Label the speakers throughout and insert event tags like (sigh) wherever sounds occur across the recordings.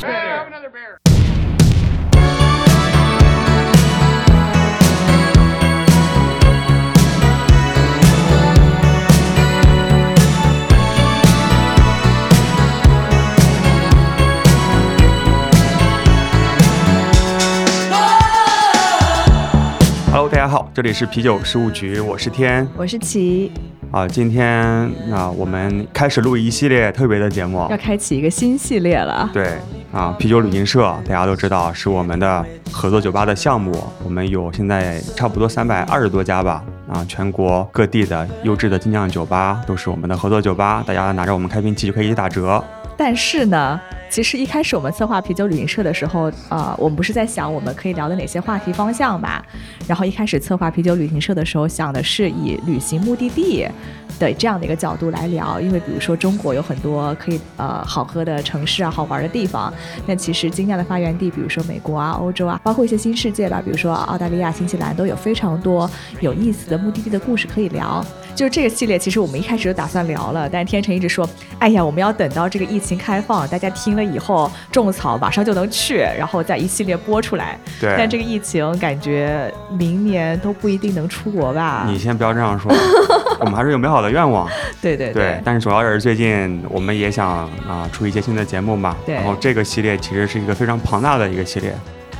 Speaker 1: Brother Bear.
Speaker 2: Hello，大家好，这里是啤酒事务局，我是天
Speaker 3: 我是琪，
Speaker 2: 啊。今天啊，我们开始录一系列特别的节目
Speaker 3: 要，开启一个新系列了啊。
Speaker 2: 对啊，啤酒旅行社大家都知道是我们的合作酒吧的项目，我们有现在差不多三百二十多家吧。啊，全国各地的优质的精酿酒吧都是我们的合作酒吧，大家拿着我们开瓶器就可以打折。
Speaker 3: 但是呢，其实一开始我们策划啤酒旅行社的时候，呃，我们不是在想我们可以聊的哪些话题方向嘛？然后一开始策划啤酒旅行社的时候，想的是以旅行目的地的这样的一个角度来聊，因为比如说中国有很多可以呃好喝的城市啊、好玩的地方，那其实精酿的发源地，比如说美国啊、欧洲啊，包括一些新世界吧，比如说澳大利亚、新西兰，都有非常多有意思的目的地的故事可以聊。就是这个系列，其实我们一开始就打算聊了，但是天成一直说，哎呀，我们要等到这个疫情开放，大家听了以后种草，马上就能去，然后再一系列播出来。
Speaker 2: 对，
Speaker 3: 但这个疫情感觉明年都不一定能出国吧？
Speaker 2: 你先不要这样说，我们还是有美好的愿望。
Speaker 3: 对对
Speaker 2: 对，但是主要是最近我们也想啊、出一些新的节目嘛，
Speaker 3: 对
Speaker 2: 然后这个系列其实是一个非常庞大的一个系列，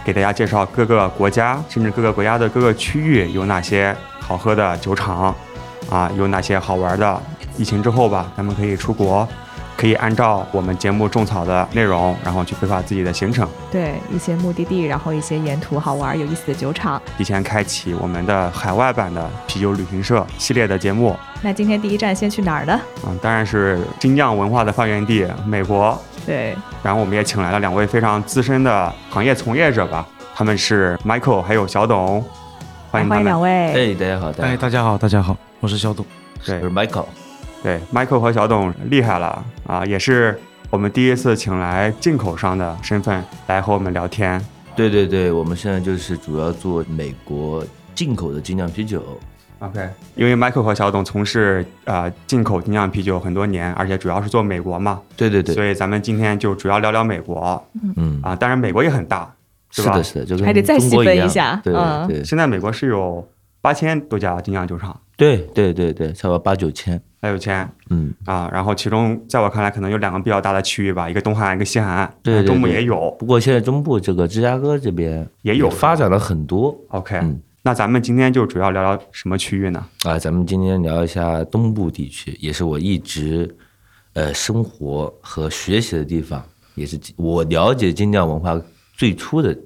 Speaker 2: 给大家介绍各个国家，甚至各个国家的各个区域有哪些好喝的酒厂，啊，有哪些好玩的。疫情之后吧，咱们可以出国，可以按照我们节目种草的内容，然后去规划自己的行程，
Speaker 3: 对一些目的地，然后一些沿途好玩有意思的酒厂。
Speaker 2: 提前开启我们的海外版的啤酒旅行社系列的节目。
Speaker 3: 那今天第一站先去哪儿呢？
Speaker 2: 啊，当然是精酿文化的发源地美国。
Speaker 3: 对，
Speaker 2: 然后我们也请来了两位非常资深的行业从业者吧，他们是 Michael 还有小董，欢迎他
Speaker 3: 欢
Speaker 2: 们
Speaker 3: 迎两。位。
Speaker 4: 哎，大家好，大
Speaker 5: 哎，
Speaker 4: 家好，
Speaker 5: 大家好，大家好，我是小董。
Speaker 2: 对
Speaker 4: 我是 Michael，
Speaker 2: 对，Michael 和小董厉害了啊，也是我们第一次请来进口商的身份来和我们聊天。
Speaker 4: 对对对，我们现在就是主要做美国进口的精酿啤酒，
Speaker 2: OK，因为 Michael 和小董从事呃进口精酿啤酒很多年，而且主要是做美国嘛，
Speaker 4: 对对对，
Speaker 2: 所以咱们今天就主要聊聊美国
Speaker 4: 嗯，
Speaker 2: 啊。当然，美国也很大，
Speaker 4: 是
Speaker 2: 吧
Speaker 4: 的，是的，就跟
Speaker 3: 还得再
Speaker 4: 中国
Speaker 3: 细分一
Speaker 4: 样
Speaker 3: 下
Speaker 4: 对
Speaker 3: 嗯
Speaker 4: 对
Speaker 2: 现在美国是有八千多家精酿酒厂，
Speaker 4: 对对对对，差不多八九千，
Speaker 2: 还有千。
Speaker 4: 嗯，
Speaker 2: 啊，然后其中在我看来，可能有两个比较大的区域吧，一个东海岸，一个西海岸。啊
Speaker 4: 对对
Speaker 2: 东部
Speaker 4: 对
Speaker 2: 也有。
Speaker 4: 不过现在中部这个芝加哥这边
Speaker 2: 也有
Speaker 4: 发展了很多
Speaker 2: OK，、
Speaker 4: 嗯
Speaker 2: 那咱们今天就主要聊聊什么区域呢？
Speaker 4: 啊，咱们今天聊一下东部地区，也是我一直呃生活和学习的地方，也是我了解精酿文化最初的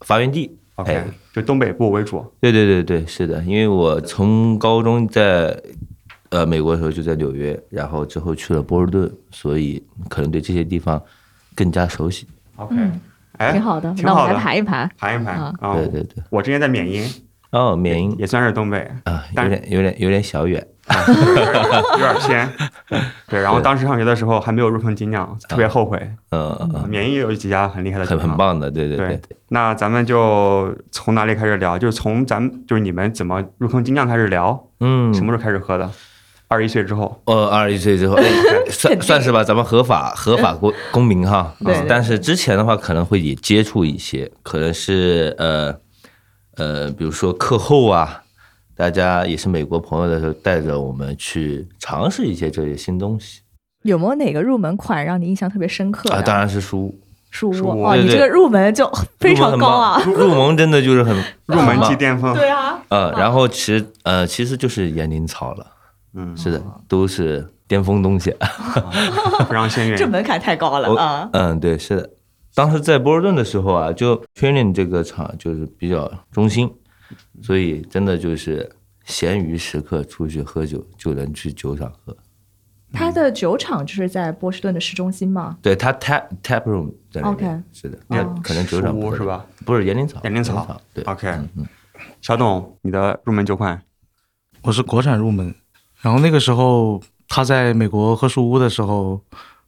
Speaker 4: 发源地。
Speaker 2: ？OK，、
Speaker 4: 哎
Speaker 2: 就东北部为主。
Speaker 4: 对对对对，是的，因为我从高中在呃美国的时候就在纽约，然后之后去了波士顿，所以可能对这些地方更加熟悉。
Speaker 2: OK，
Speaker 3: 嗯
Speaker 2: 哎，
Speaker 3: 挺好的，
Speaker 2: 挺
Speaker 3: 那我
Speaker 2: 好
Speaker 3: 们
Speaker 2: 的
Speaker 3: 来，盘一盘。
Speaker 2: 盘一盘
Speaker 3: 啊
Speaker 2: 啊、
Speaker 4: 对对对，
Speaker 2: 我之前在缅因，
Speaker 4: 哦，缅因
Speaker 2: 也算是东北，
Speaker 4: 啊，
Speaker 2: 但
Speaker 4: 有点有点有点小远，
Speaker 2: 有点偏。
Speaker 4: (laughs)
Speaker 2: 对，然后当时上学的时候还没有入坑精酿，特别后悔。
Speaker 4: 嗯嗯，嗯
Speaker 2: 缅因也有几家很厉害的酒
Speaker 4: 很
Speaker 2: 厂，
Speaker 4: 很棒的，对对
Speaker 2: 对
Speaker 4: 对，
Speaker 2: 那咱们就从哪里开始聊？就是从咱们就是你们怎么入坑精酿开始聊，
Speaker 4: 嗯，
Speaker 2: 什么时候开始喝的？二十一岁之后。
Speaker 4: 呃，二十一岁之
Speaker 3: (laughs)
Speaker 4: 后，哎算算是吧，咱们合法合法公公民哈。
Speaker 3: (laughs) 对对
Speaker 4: 但是之前的话，可能会也接触一些，可能是呃呃，比如说课后啊，大家也是美国朋友的时候，带着我们去尝试一些这些新东西
Speaker 3: 有没有哪个入门款让你印象特别深刻的？
Speaker 4: 啊。当然是书，
Speaker 3: 树
Speaker 2: 树屋
Speaker 3: 屋哇，
Speaker 4: 对
Speaker 3: 你
Speaker 4: 对
Speaker 3: 这个入门就 (laughs) 非常高
Speaker 4: (laughs)
Speaker 3: 啊！
Speaker 4: 入门
Speaker 3: (laughs)
Speaker 4: 很棒，入门真的就是很
Speaker 2: (laughs) 入门即
Speaker 4: 级
Speaker 2: 巅峰。
Speaker 3: 对啊，
Speaker 4: 呃，然后其实呃，其实就是烟林草了，
Speaker 2: 嗯，
Speaker 4: 是的，
Speaker 3: 哦
Speaker 4: 都是巅峰东西。
Speaker 2: 非常幸运。
Speaker 3: 这门槛太高了
Speaker 4: 我
Speaker 3: 啊！
Speaker 4: 嗯，对，是的。当时在波士顿的时候啊，就 training 这个厂就是比较中心，所以真的就是闲余时刻出去喝酒就能去酒厂喝。
Speaker 3: 它的酒厂就是在波士顿的市中心嘛。
Speaker 4: 对，它 tap tap room 在那边
Speaker 3: OK
Speaker 4: 是的，
Speaker 2: 那
Speaker 4: 可能酒厂
Speaker 2: 书
Speaker 4: 不
Speaker 2: 屋
Speaker 4: 会
Speaker 2: 是？吧
Speaker 4: 不是，岩林草，
Speaker 2: 岩林草
Speaker 4: 对，嗯
Speaker 2: ？OK，小董，你的入门酒款
Speaker 5: 我是国产入门，然后那个时候他在美国喝树屋的时候，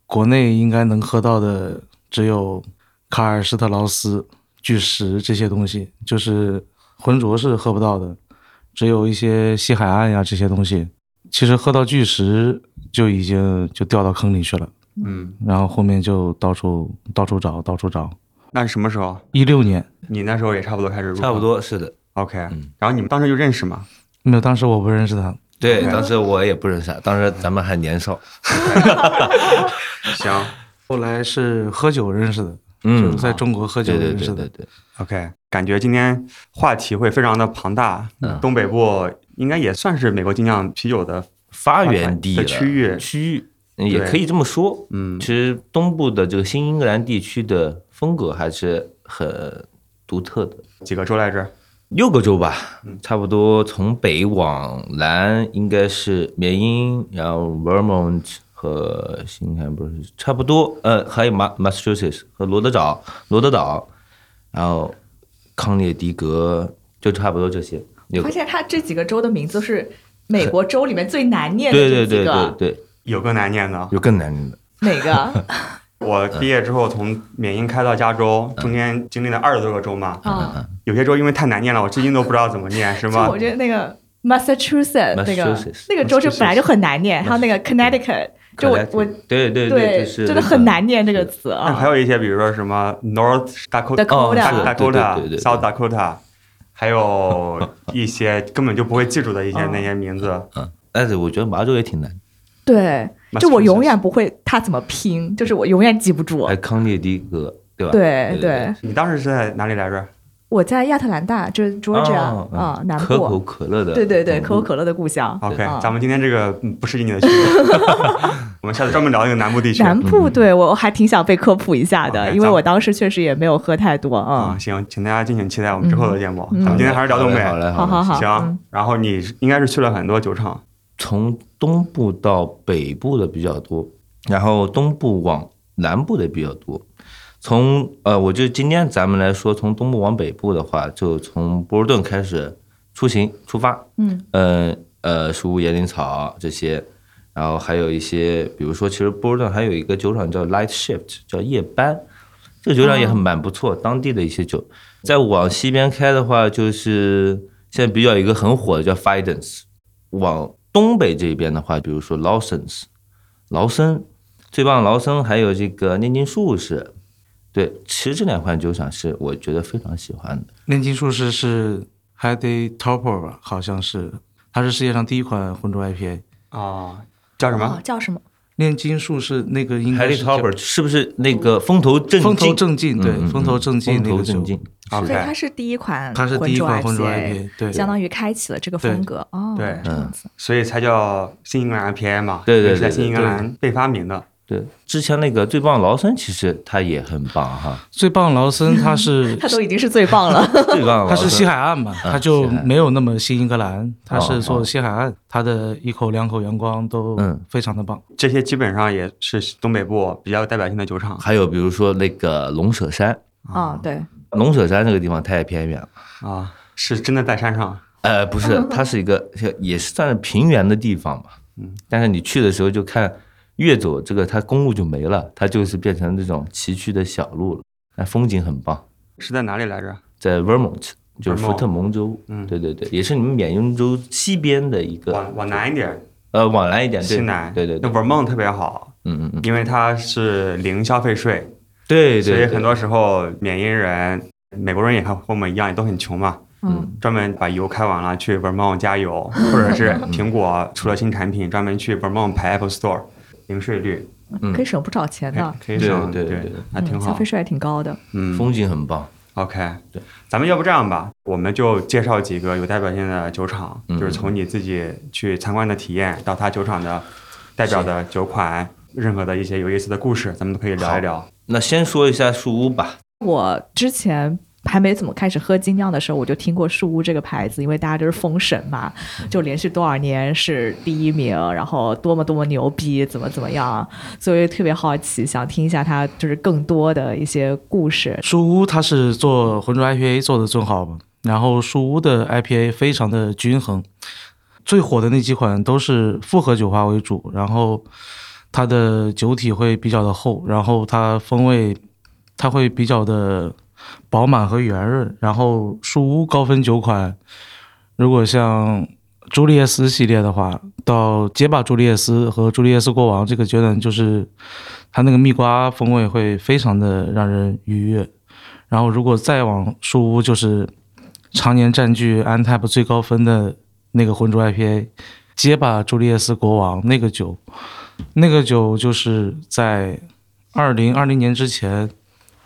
Speaker 5: 国内应该能喝到的只有卡尔施特劳斯、巨石这些东西，就是浑浊是喝不到的，只有一些西海岸呀啊这些东西。其实喝到巨石就已经就掉到坑里去了，
Speaker 2: 嗯，
Speaker 5: 然后后面就到处到处找到处找，
Speaker 2: 那是什么时候？
Speaker 5: 一六年，
Speaker 2: 你那时候也差不多开始入，
Speaker 4: 差不。多是的。
Speaker 2: OK，、然后
Speaker 4: 嗯
Speaker 2: 你们当时就认识嘛？
Speaker 5: 没有，当时我不认识他，
Speaker 4: 对，当时我也不认识他，啊当时咱们还年少，
Speaker 2: 行
Speaker 5: 后来是喝酒认识的，
Speaker 4: 嗯
Speaker 5: 就是在中国喝酒
Speaker 4: 对对
Speaker 5: 认
Speaker 4: 对
Speaker 5: 识
Speaker 4: 对
Speaker 5: 的。
Speaker 4: 对，
Speaker 2: ，OK，感觉今天话题会非常的庞大。
Speaker 4: 嗯
Speaker 2: 东北部应该也算是美国精酿啤酒的，
Speaker 4: 发源地
Speaker 2: 的
Speaker 4: 了
Speaker 2: 区域
Speaker 4: 区域嗯也
Speaker 2: 对
Speaker 4: 可以这么说。
Speaker 2: 嗯
Speaker 4: 其实东部的这个新英格兰地区的风格还是很独特的，嗯
Speaker 2: 几个州来着？
Speaker 4: 六个州吧，差不多从北往南应该是缅因，然后 Vermont 和新罕不是差不多，呃，还有马 Massachusetts 和罗德岛、罗德岛，然后康涅狄格，就差不多这些六
Speaker 3: 发
Speaker 4: 个。
Speaker 3: 现它这几个州的名字是美国州里面最难念的
Speaker 4: 对对
Speaker 3: 这
Speaker 4: 对
Speaker 3: 几
Speaker 4: 对
Speaker 3: 个，
Speaker 4: 对，
Speaker 2: 有更难念的。
Speaker 4: 有更难念的。
Speaker 3: 哪
Speaker 4: (laughs)
Speaker 3: 个？
Speaker 2: 我毕业之后从缅因开到加州，
Speaker 4: 嗯
Speaker 2: 中间经历了二十多个州嘛，
Speaker 3: 啊，
Speaker 2: 有些州因为太难念了，我至今都不知道怎么念，是
Speaker 3: 就
Speaker 2: 吗
Speaker 3: 我？觉得那个 Massachusetts 那个
Speaker 4: Massachusetts
Speaker 3: 那个州就本来就很难念，还有那个 Connecticut，就我
Speaker 4: Connecticut，
Speaker 3: 我
Speaker 4: 对对
Speaker 3: 对
Speaker 4: 就是
Speaker 3: 真的
Speaker 4: 那个
Speaker 3: 很难念这个词
Speaker 2: 但
Speaker 3: 啊
Speaker 2: 还。有一些，比如说什么 North Dakota、
Speaker 4: 哦
Speaker 3: Dakota
Speaker 2: 大
Speaker 3: 是
Speaker 2: Dakota
Speaker 4: 对对对对对
Speaker 2: South Dakota，还有一些根本就不会记住的一些
Speaker 3: 嗯
Speaker 2: 那些名字。
Speaker 4: 嗯，但是我觉得麻州也挺难。
Speaker 3: 对，
Speaker 2: Massachusetts
Speaker 3: 就我永远不会它怎么拼，就是我永远记不住
Speaker 4: 还。有康涅狄格，对吧？
Speaker 3: 对
Speaker 4: 对
Speaker 3: 对，
Speaker 2: 你当时是在哪里来着？
Speaker 3: 我在亚特兰大，就是 Georgia
Speaker 4: 哦嗯
Speaker 3: 啊，南
Speaker 4: 可口
Speaker 3: 部。
Speaker 4: 可乐的，
Speaker 3: 对对对，
Speaker 4: 嗯
Speaker 3: 可口可乐的故乡。
Speaker 2: OK，
Speaker 3: 嗯
Speaker 2: 咱们今天这个嗯不是你的区域，
Speaker 4: (laughs)
Speaker 2: 我们下次专门聊那个南部地区。
Speaker 3: 南部对我还挺想被科普一下的，
Speaker 2: 嗯 OK，
Speaker 3: 因为
Speaker 2: 咱
Speaker 3: 我
Speaker 2: 们
Speaker 3: 当时确实也没有喝太多
Speaker 2: 啊、
Speaker 3: 啊。
Speaker 2: 行，请大家敬请期待我们之后的节目。
Speaker 3: 嗯
Speaker 2: 咱们今天还是聊东北，
Speaker 4: 好嘞
Speaker 3: 好
Speaker 4: 嘞
Speaker 3: 好好，
Speaker 2: 行。
Speaker 3: 嗯
Speaker 2: 然后你应该是去了很多酒厂，
Speaker 4: 从东部到北部的比较多，然后东部往南部的比较多。从呃，我就今天咱们来说，从东部往北部的话，就从波士顿开始出行出发，
Speaker 3: 嗯，
Speaker 4: 呃呃，树屋、椰林草这些，然后还有一些，比如说，其实波士顿还有一个酒厂叫 Light Shift，叫夜班，这个酒厂也很蛮不错，
Speaker 5: 哦
Speaker 4: 当地的一些酒。再往西边开的话，就是现在比较有一个很火的叫 Fidens，往东北这边的话，比如说 Lawson's，劳森，最棒的劳森，还有这个炼金术士。对，其实这两款酒厂是我觉得非常喜欢的。
Speaker 5: 炼金术士是 h e d y Topper 吧，好像是，它是世界上第一款浑浊 IPA。
Speaker 2: 啊、叫什么
Speaker 3: 哦？叫什么？
Speaker 5: 炼金术士那个应该
Speaker 4: Harry
Speaker 5: 是叫
Speaker 4: Topper 是不是那个风头正劲？
Speaker 5: 风头正劲，对
Speaker 4: 嗯，嗯
Speaker 5: 风头正劲那
Speaker 4: 风
Speaker 5: 个
Speaker 4: 头
Speaker 5: 酒
Speaker 4: 正，劲。
Speaker 2: 啊
Speaker 3: 哦所以
Speaker 2: OK，
Speaker 3: 它是第一款，
Speaker 5: 它是第一款浑浊 IPA，对，
Speaker 3: 相当于开启了这个风格哦。
Speaker 2: 对
Speaker 3: 这样子。
Speaker 2: 所以才叫新英格兰 IPA 嘛，
Speaker 4: 对对对
Speaker 2: 是在新英格兰被发明的。
Speaker 4: 对，之前那个最棒劳森其实他也很棒
Speaker 5: (laughs)
Speaker 4: 哈，
Speaker 5: 最棒劳森它是
Speaker 3: 它都已经是最棒了。
Speaker 4: 最棒劳
Speaker 5: 它
Speaker 4: 森
Speaker 5: 是西海岸嘛，它就
Speaker 4: 西海岸
Speaker 5: 没有那么新英格兰，它
Speaker 4: 哦
Speaker 5: 是做
Speaker 4: 哦
Speaker 5: 西海岸，它的一口两口阳光都
Speaker 4: 嗯
Speaker 5: 非常的棒。
Speaker 2: 这些基本上也是东北部比较有代表性的酒厂
Speaker 4: 还有比如说那个龙舍山，
Speaker 2: 嗯
Speaker 3: (laughs) 啊，对，
Speaker 4: 龙舍山这个地方太偏远了，
Speaker 2: 啊，是真的在山上。
Speaker 4: 呃，不是，它是一个也是算是平原的地方嘛，嗯，但是你去的时候就看越走这个它公路就没了，它就是变成这种崎岖的小路了，但风景很棒，
Speaker 2: 是在哪里来着？
Speaker 4: 在 Vermont 就是福特蒙州，
Speaker 2: 嗯
Speaker 4: 对对对，也是你们缅因州西边的一个，
Speaker 2: 往往南一点，
Speaker 4: 呃，往南一点，对
Speaker 2: 西南。
Speaker 4: 对对
Speaker 2: 那
Speaker 4: 对，
Speaker 2: Vermont 特别好，
Speaker 4: 嗯嗯嗯，
Speaker 2: 因为它是零消费税，
Speaker 4: 对对，
Speaker 2: 所以
Speaker 4: 对
Speaker 2: 很多时候缅因人、美国人也和和我们一样，也都很穷嘛，
Speaker 3: 嗯，
Speaker 2: 专门把油开完了去 Vermont 加油，或者
Speaker 4: (laughs)
Speaker 2: 是
Speaker 4: 嗯
Speaker 2: 苹果出了新产品，专门去 Vermont 排 Apple Store，零税率，
Speaker 4: 嗯
Speaker 3: 可以省不少钱
Speaker 2: 可以
Speaker 3: 的，
Speaker 2: 可以省，
Speaker 4: 对对对对
Speaker 2: 那挺
Speaker 3: 嗯消
Speaker 2: 好
Speaker 3: 费。税还挺高的。
Speaker 2: 嗯
Speaker 4: 风景很棒，
Speaker 2: ，OK，
Speaker 4: 对，
Speaker 2: 咱们要不这样吧，我们就介绍几个有代表性的酒厂，
Speaker 4: 嗯
Speaker 2: 就是从你自己去参观的体验到他酒厂的代表的酒款，任何的一些有意思的故事，咱们都可以聊一聊。
Speaker 4: 那先说一下树屋吧，
Speaker 3: 我之前还没怎么开始喝精酿的时候，我就听过树屋这个牌子，因为大家就是封神嘛，就连续多少年是第一名，然后多么多么牛逼，怎么怎么样，所以特别好奇，想听一下它就是更多的一些故事。
Speaker 5: 树屋它是做浑浊 IPA 做的正好嘛，然后树屋的 IPA 非常的均衡，最火的那几款都是复合酒花为主，然后它的酒体会比较的厚，然后它风味它会比较的饱满和圆润，然后树屋高分酒款，如果像朱丽叶斯系列的话，到结巴朱丽叶斯和朱丽叶斯国王这个阶段，就是它那个蜜瓜风味会非常的让人愉悦，然后如果再往树屋，就是常年占据 Antap 最高分的那个浑浊 IPA，结巴朱利叶斯国王那个酒，那个酒就是在二零二零年之前，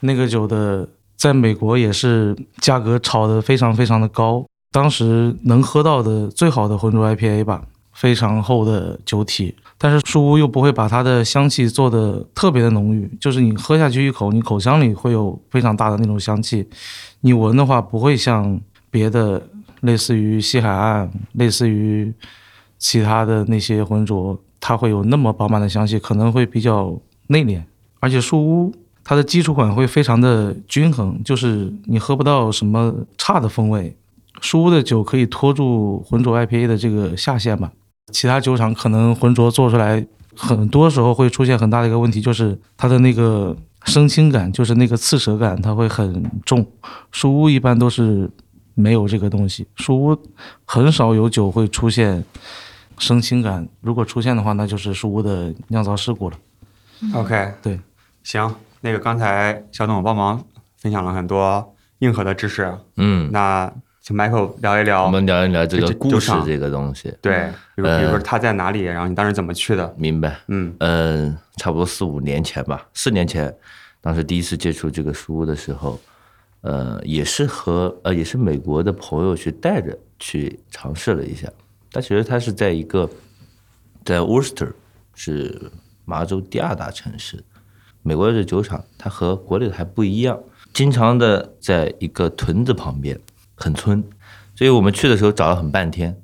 Speaker 5: 那个酒的在美国也是价格炒得非常非常的高，当时能喝到的最好的浑浊 IPA 吧，非常厚的酒体，但是树屋又不会把它的香气做的特别的浓郁，就是你喝下去一口，你口腔里会有非常大的那种香气，你闻的话不会像别的类似于西海岸、类似于其他的那些浑浊，它会有那么饱满的香气，可能会比较内敛，而且树屋。它的基础款会非常的均衡，就是你喝不到什么差的风味。树屋的酒可以拖住浑浊 IPA 的这个下限吧，其他酒厂可能浑浊做出来，很多时候会出现很大的一个问题，就是它的那个生青感，就是那个刺舌感，它会很重。书屋一般都是没有这个东西，书屋很少有酒会出现生青感，如果出现的话，那就是书屋的酿造事故了。
Speaker 2: OK，
Speaker 5: 对，
Speaker 2: 行，那个刚才小董帮忙分享了很多硬核的知识，
Speaker 4: 嗯，
Speaker 2: 那请 Michael 聊一
Speaker 4: 我
Speaker 2: 聊，
Speaker 4: 们呃聊一哎聊这
Speaker 2: 这
Speaker 4: 个
Speaker 2: 这
Speaker 4: 故
Speaker 2: 酒
Speaker 4: 事
Speaker 2: 厂
Speaker 4: 这个东西，
Speaker 2: 对，比如比如说他在哪里，然后你当时怎么去的，
Speaker 4: 明白？
Speaker 2: 嗯
Speaker 4: 嗯，差不多四五年前吧，四年前，当时第一次接触这个书屋的时候，呃，也是和呃也是美国的朋友去带着去尝试了一下。但其实它是在一个在 Worcester 是麻州第二大城市，美国的酒厂它和国内的还不一样，经常的在一个屯子旁边，很村，所以我们去的时候找了很半天，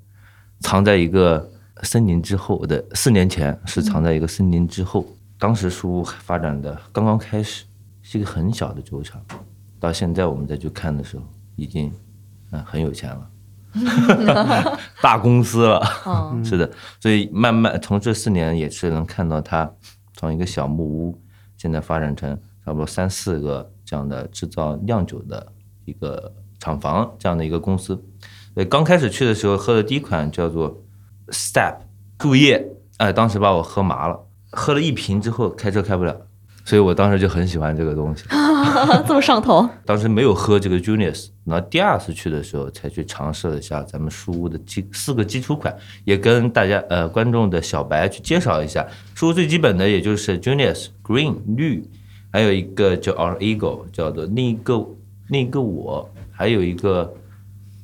Speaker 4: 藏在一个森林之后的四年前是藏在一个森林之后，当时书屋发展的刚刚开始，是一个很小的酒厂，到现在我们再去看的时候，已经嗯很有钱了，大公司了，
Speaker 3: 嗯
Speaker 4: 是的，所以慢慢从这四年也是能看到它从一个小木屋，现在发展成差不多三四个这样的制造酿酒的一个厂房这样的一个公司。对，刚开始去的时候喝的第一款叫做 Step 树叶，哎，当时把我喝麻了，喝了一瓶之后开车开不了，所以我当时就很喜欢这个东西。
Speaker 3: (laughs) 这么上头，
Speaker 4: 当时没有喝这个 Junius，然后第二次去的时候才去尝试了一下咱们书屋的基四个基础款，也跟大家呃观众的小白去介绍一下。书屋最基本的也就是 Junius Green 绿，还有一个叫 Our Ego，叫做另一个另一个我，还有一个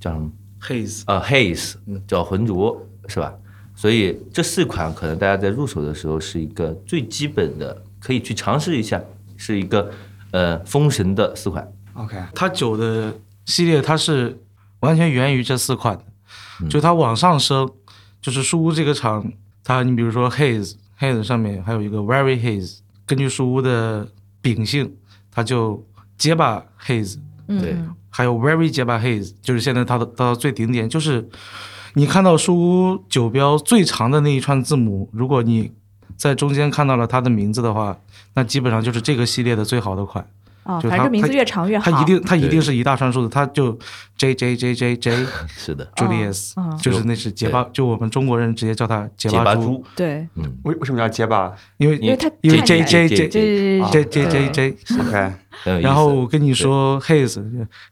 Speaker 4: 叫什么？
Speaker 5: Haze
Speaker 4: 呃 Haze 叫浑浊是吧？所以这四款可能大家在入手的时候是一个最基本的，可以去尝试一下，是一个呃封神的四款。
Speaker 2: ，OK，
Speaker 5: 它酒的系列它是完全源于这四款的，就它往上升，就是书屋这个厂，它你比如说 Haze Haze 上面还有一个 Very Haze，根据书屋的秉性，它就结巴 Haze，
Speaker 4: 对
Speaker 3: 嗯，
Speaker 5: 还有 Very 结巴 Haze，就是现在它的到最顶点，就是你看到书屋酒标最长的那一串字母，如果你在中间看到了它的名字的话，那基本上就是这个系列的最好的款。
Speaker 3: 哦，
Speaker 5: 就
Speaker 3: 反
Speaker 5: 它
Speaker 3: 正名字越长越好，
Speaker 5: 它一定它一
Speaker 4: 对
Speaker 5: 定是一大串数字，它就 J J J J J
Speaker 4: 是的，
Speaker 5: Julius，、
Speaker 3: 嗯
Speaker 5: 就是那是结巴，就我们中国人直接叫它结
Speaker 4: 结
Speaker 5: 巴
Speaker 4: 巴
Speaker 5: 猪，
Speaker 4: 猪，
Speaker 3: 对，
Speaker 4: 嗯
Speaker 2: 为为什么叫结
Speaker 4: (laughs)
Speaker 2: 巴
Speaker 5: 因为
Speaker 3: 因为它
Speaker 5: 因为
Speaker 3: 看起
Speaker 5: J
Speaker 3: 来
Speaker 5: J
Speaker 4: 对
Speaker 5: J
Speaker 3: 对对
Speaker 5: J
Speaker 3: 对
Speaker 5: J J J，
Speaker 2: ？OK，
Speaker 4: 很有意思。
Speaker 5: 然后我跟你说 His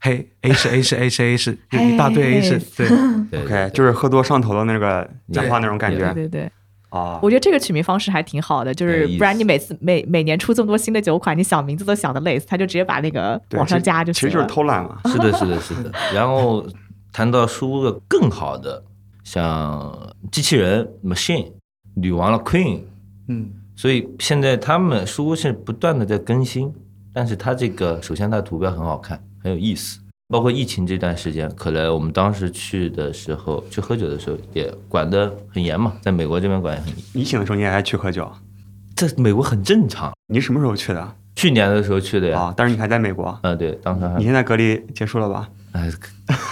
Speaker 5: 嘿 H H H H 就一大堆 H，
Speaker 3: Haze
Speaker 5: 对，
Speaker 4: 对
Speaker 2: OK，就是喝多上头的那个讲话那种感
Speaker 3: 对
Speaker 2: 觉
Speaker 3: 对对，
Speaker 2: 啊
Speaker 3: 我。觉得这个取名方式还挺好的，就
Speaker 4: 有
Speaker 3: 是
Speaker 4: 意思
Speaker 3: 不然你每次每每年出这么多新的酒款，你想名字都想的累死，他就直接把那个
Speaker 2: 对
Speaker 3: 往上加就
Speaker 2: 其
Speaker 3: 行
Speaker 2: 实就是
Speaker 3: 了。
Speaker 2: 偷懒嘛。
Speaker 4: 是的，是的，是的。然后谈到书的更好的，像机器人 Machine、女王了 Queen，
Speaker 5: 嗯，
Speaker 4: 所以现在他们书是不断的在更新，但是它这个首先它的图标很好看，很有意思。包括疫情这段时间，可能我们当时去的时候，去喝酒的时候也管得很严嘛，在美国这边管得很严，
Speaker 2: 你醒的时候你也爱去喝酒，
Speaker 4: 在美国很正常。
Speaker 2: 你什么时候去的
Speaker 4: 去年的时候去的呀，
Speaker 2: 啊？但是你还在美国，
Speaker 4: 嗯、对，当时还
Speaker 2: 你现在隔离结束了吧？
Speaker 4: 哎，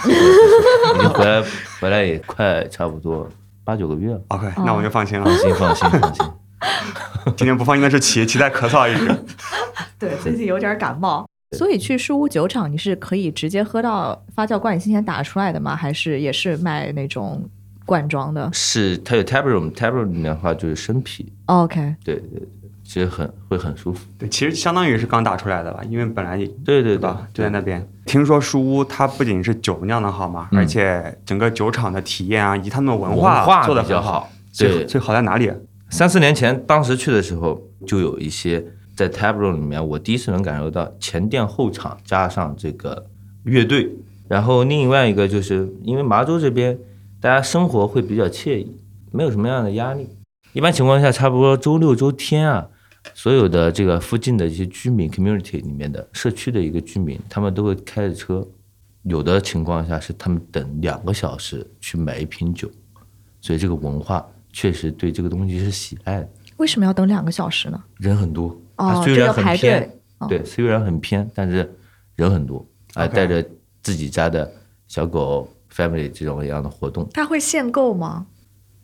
Speaker 4: 已经回来回来也快差不多八九个月了，
Speaker 2: OK，那
Speaker 3: 嗯
Speaker 2: 我就放
Speaker 3: (laughs)
Speaker 2: 心了。
Speaker 4: 放心放心
Speaker 2: (laughs)
Speaker 4: 放心。
Speaker 2: 今天不放心的是琪，琪在咳嗽一直。
Speaker 3: 对，最近有点感冒。所以去树屋酒厂，你是可以直接喝到发酵罐里新鲜打出来的吗？还是也是卖那种罐装的
Speaker 4: 是它有 tap room，tap room 里面的话就是生啤，
Speaker 3: 哦？OK，
Speaker 4: 对对对，其实很会很舒服。
Speaker 2: 对，其实相当于是刚打出来的吧，因为本来也
Speaker 4: 对对
Speaker 2: 对吧，就在那边。听说树屋它不仅是酒酿的好嘛，
Speaker 4: 嗯
Speaker 2: 而且整个酒厂的体验啊，以及他们的文
Speaker 4: 化
Speaker 2: 化做的
Speaker 4: 比较好。
Speaker 2: 最
Speaker 4: 对，啊
Speaker 2: 最好在哪里？
Speaker 4: 三四年前当时去的时候，就有一些在 tap room 里面，我第一次能感受到前店后厂加上这个乐队。然后另外一个就是因为麻州这边大家生活会比较惬意，没有什么样的压力。一般情况下，差不多周六周天啊，所有的这个附近的一些居民 community 里面的社区的一个居民，他们都会开着车，有的情况下是他们等两个小时去买一瓶酒，所以这个文化确实对这个东西是喜爱的。
Speaker 3: 为什么要等两个小时呢？
Speaker 4: 人很多，它
Speaker 3: 哦，
Speaker 4: 虽
Speaker 3: 这要
Speaker 4: 然很
Speaker 3: 排
Speaker 4: 偏，
Speaker 3: 队。哦
Speaker 4: 对，虽然很偏，但是人很多，啊、带着自己家的小狗 family 这种一样的活动，
Speaker 3: 它会限购吗？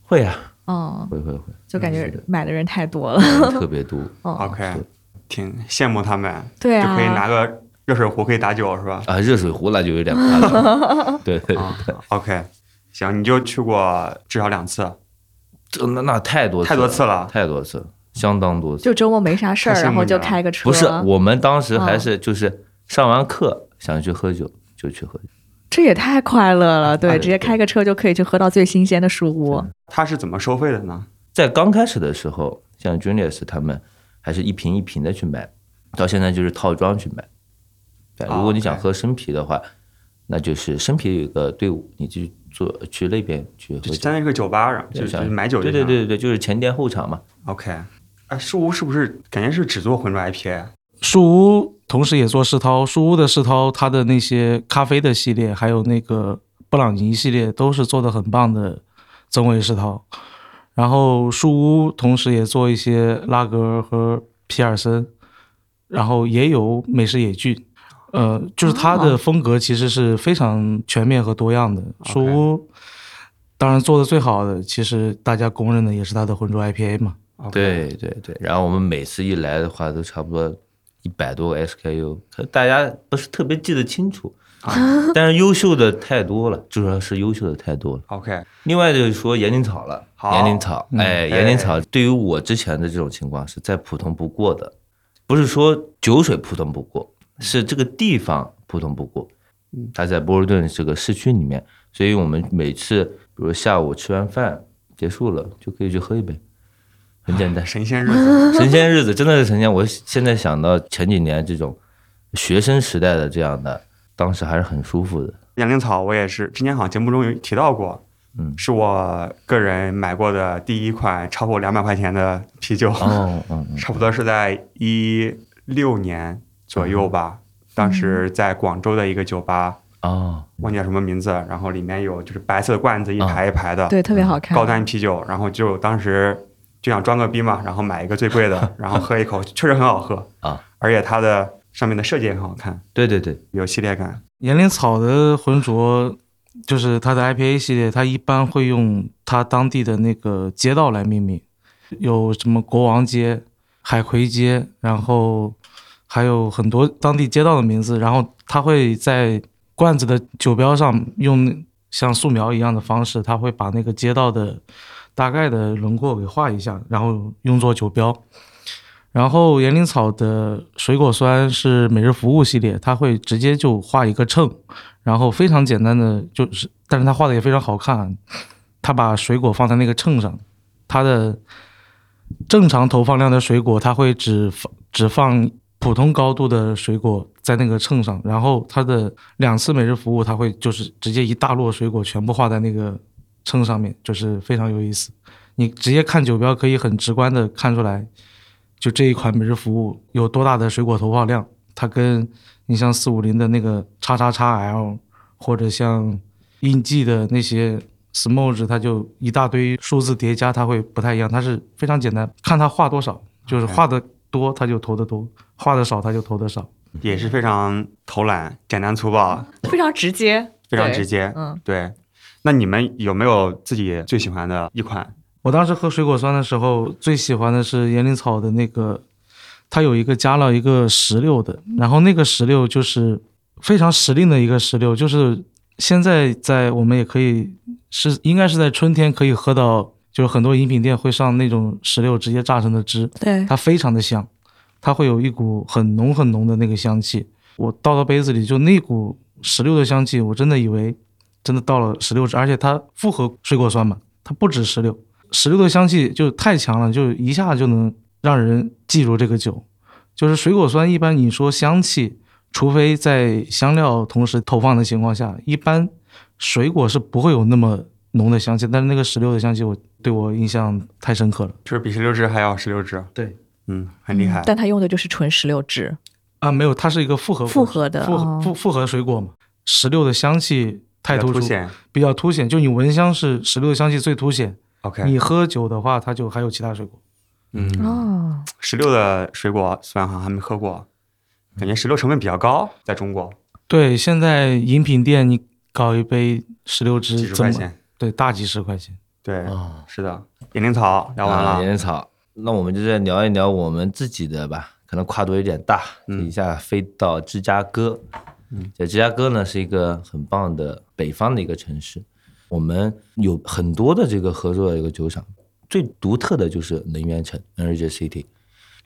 Speaker 4: 会啊，
Speaker 3: 哦，
Speaker 4: 会会会，
Speaker 3: 就感
Speaker 4: 是
Speaker 3: 觉
Speaker 4: 的
Speaker 3: 买的人太多了。
Speaker 4: 人特别多
Speaker 3: 哦，
Speaker 2: OK，
Speaker 4: 是
Speaker 2: 挺羡慕他们，
Speaker 3: 对
Speaker 2: 啊就可以
Speaker 3: 啊
Speaker 2: 拿，个热水壶可以打酒是吧？
Speaker 4: 啊，热水壶那就有点夸张了，对对，
Speaker 2: 啊，OK，行，你就去过至少两次，
Speaker 4: 这那那太多
Speaker 2: 太多次了。
Speaker 4: 太多次了，相当多次，
Speaker 3: 就周末没啥事儿，
Speaker 2: 太羡慕
Speaker 3: 然后就
Speaker 2: 你了
Speaker 3: 开个车。啊
Speaker 4: 不是，我们当时
Speaker 3: 嗯
Speaker 4: 还是就是上完课想去喝酒就去喝酒，
Speaker 3: 这也太快乐了，对，
Speaker 4: 对
Speaker 3: 直接开个车就可以去喝到最新鲜的树屋。
Speaker 2: 他是怎么收费的呢？
Speaker 4: 在刚开始的时候，像 Julius 他们还是一瓶一瓶的去买，到现在就是套装去买。对，
Speaker 2: 哦
Speaker 4: 如果你想
Speaker 2: OK
Speaker 4: 喝生啤的话，那就是生啤有一个队伍，你去做去那边去喝
Speaker 2: 就
Speaker 4: 酒。
Speaker 2: 相当于是个酒吧，然后就
Speaker 4: 对
Speaker 2: 就
Speaker 4: 像
Speaker 2: 是买酒
Speaker 4: 对
Speaker 2: 就
Speaker 4: 对
Speaker 2: 行
Speaker 4: 对对对，就是前店后厂嘛。
Speaker 2: OK，哎，树屋是不是感觉是只做浑浊 IPA？
Speaker 5: 树屋同时也做世涛，树屋的世涛它的那些咖啡的系列，还有那个布朗尼系列，都是做的很棒的增味世涛。然后树屋同时也做一些拉格和皮尔森，然后也有美式野菌，呃，就是它的风格其实是非常全面和多样的。树屋当然做的最好的，其实大家公认的也是它的浑浊 IPA 嘛。
Speaker 4: 对对对，然后我们每次一来的话，都差不多一百多个 SKU，可能大家不是特别记得清楚，
Speaker 2: 啊
Speaker 4: (laughs) 但是优秀的太多了，主要是优秀的太多了。
Speaker 2: ，OK，
Speaker 4: 另外就是说岩灵草了，
Speaker 2: 好
Speaker 4: 岩灵草，哎，
Speaker 2: 哎
Speaker 4: 岩灵草对于我之前的这种情况是再普通不过的，不是说酒水普通不过，是这个地方普通不过。它在波士顿这个市区里面，所以我们每次比如下午吃完饭结束了，就可以去喝一杯，很简单。 (laughs)
Speaker 2: 神仙日子，
Speaker 4: 神仙日子真的是神仙。我现在想到前几年这种学生时代的这样的，当时还是很舒服的。
Speaker 2: 杨灵草我也是，之前好像节目中有提到过。
Speaker 4: 嗯
Speaker 2: 是我个人买过的第一款超过两百块钱的啤酒。
Speaker 4: 哦，嗯
Speaker 2: (laughs)
Speaker 4: 嗯，
Speaker 2: 差不多是在一六年左右吧。当时在广州的一个酒吧，
Speaker 4: 哦，
Speaker 2: 忘记叫什么名字，然后里面有就是白色的罐子，一
Speaker 4: 啊
Speaker 2: 排一排的
Speaker 3: 对，特别好看。
Speaker 2: 高端啤酒，然后就当时就想装个逼嘛，然后买一个最贵的，然后喝一口，确实很好喝
Speaker 4: 啊，
Speaker 2: 而且它的上面的设计也很好看，
Speaker 4: 对对对，
Speaker 2: 有系列感。
Speaker 5: 岩灵草的浑浊，就是它的 IPA 系列，它一般会用它当地的那个街道来命名，有什么国王街、海葵街，然后还有很多当地街道的名字，然后它会在罐子的酒标上用像素描一样的方式，它会把那个街道的大概的轮廓给画一下，然后用作酒标。然后岩灵草的水果酸是每日服务系列，它会直接就画一个秤，然后非常简单的就是，但是它画的也非常好看，它把水果放在那个秤上，它的正常投放量的水果，它会只放只放普通高度的水果在那个秤上，然后它的两次每日服务，它会就是直接一大摞水果全部画在那个秤上面，就是非常有意思。你直接看酒标可以很直观的看出来。就这一款每日服务有多大的水果投放量，它跟你像四五零的那个叉叉叉 L，或者像印记的那些 Smoge，它就一大堆数字叠加，它会不太一样。它是非常简单，看它画多少，就是画的多它就投的多，画的少它就投的少。
Speaker 2: 也是非常投篮，简单粗暴，
Speaker 3: 非常直接，
Speaker 2: 非常
Speaker 3: 对
Speaker 2: 直。接。
Speaker 3: 嗯，
Speaker 2: 对，那你们有没有自己最喜欢的一款？
Speaker 5: 我当时喝水果酸的时候，最喜欢的是岩灵草的那个，它有一个加了一个石榴的，然后那个石榴就是非常时令的一个石榴，就是现在在我们也可以是应该是在春天可以喝到就是很多饮品店会上那种石榴直接榨成的汁，
Speaker 3: 对，
Speaker 5: 它非常的香，它会有一股很浓很浓的那个香气。我倒到杯子里，就那股石榴的香气，我真的以为真的倒了石榴汁，而且它复合水果酸嘛，它不止石榴，石榴的香气就太强了，就一下就能让人记住这个酒。就是水果酸，一般你说香气，除非在香料同时投放的情况下，一般水果是不会有那么浓的香气，但是那个石榴的香气我，对我印象太深刻了。
Speaker 2: 就是比石榴汁还要石榴汁。
Speaker 5: 对，
Speaker 2: 嗯，很厉害。
Speaker 3: 但它用的就是纯石榴汁，
Speaker 5: 啊，没有，它是一个复合果
Speaker 3: 复合的
Speaker 5: 复
Speaker 3: 哦
Speaker 5: 合复复合水果嘛，石榴的香气太
Speaker 2: 比较
Speaker 5: 突出，
Speaker 2: 凸显。
Speaker 5: 比较凸显。就你闻香是石榴的香气最凸显，
Speaker 2: OK，
Speaker 5: 你喝酒的话，它就还有其他水果。
Speaker 2: 嗯，
Speaker 3: 哦，
Speaker 2: 石榴的水果虽然好像还没喝过，感觉石榴成本比较高，在中国
Speaker 5: 对，现在饮品店你搞一杯石榴汁，
Speaker 2: 几十
Speaker 5: 怎
Speaker 2: 块
Speaker 5: 嗯么
Speaker 2: 钱。
Speaker 5: 对，大几十块钱。
Speaker 2: 对，
Speaker 4: 哦
Speaker 2: 是的。野灵草聊完
Speaker 4: 啊，
Speaker 2: 了，
Speaker 4: 岩人草。那我们就再聊一聊我们自己的吧，可能跨度有点大，一下飞到芝加哥。嗯，在芝加哥呢是一个很棒的北方的一个城市，我们有很多的这个合作的一个酒厂，最独特的就是能源城 （Energy City）。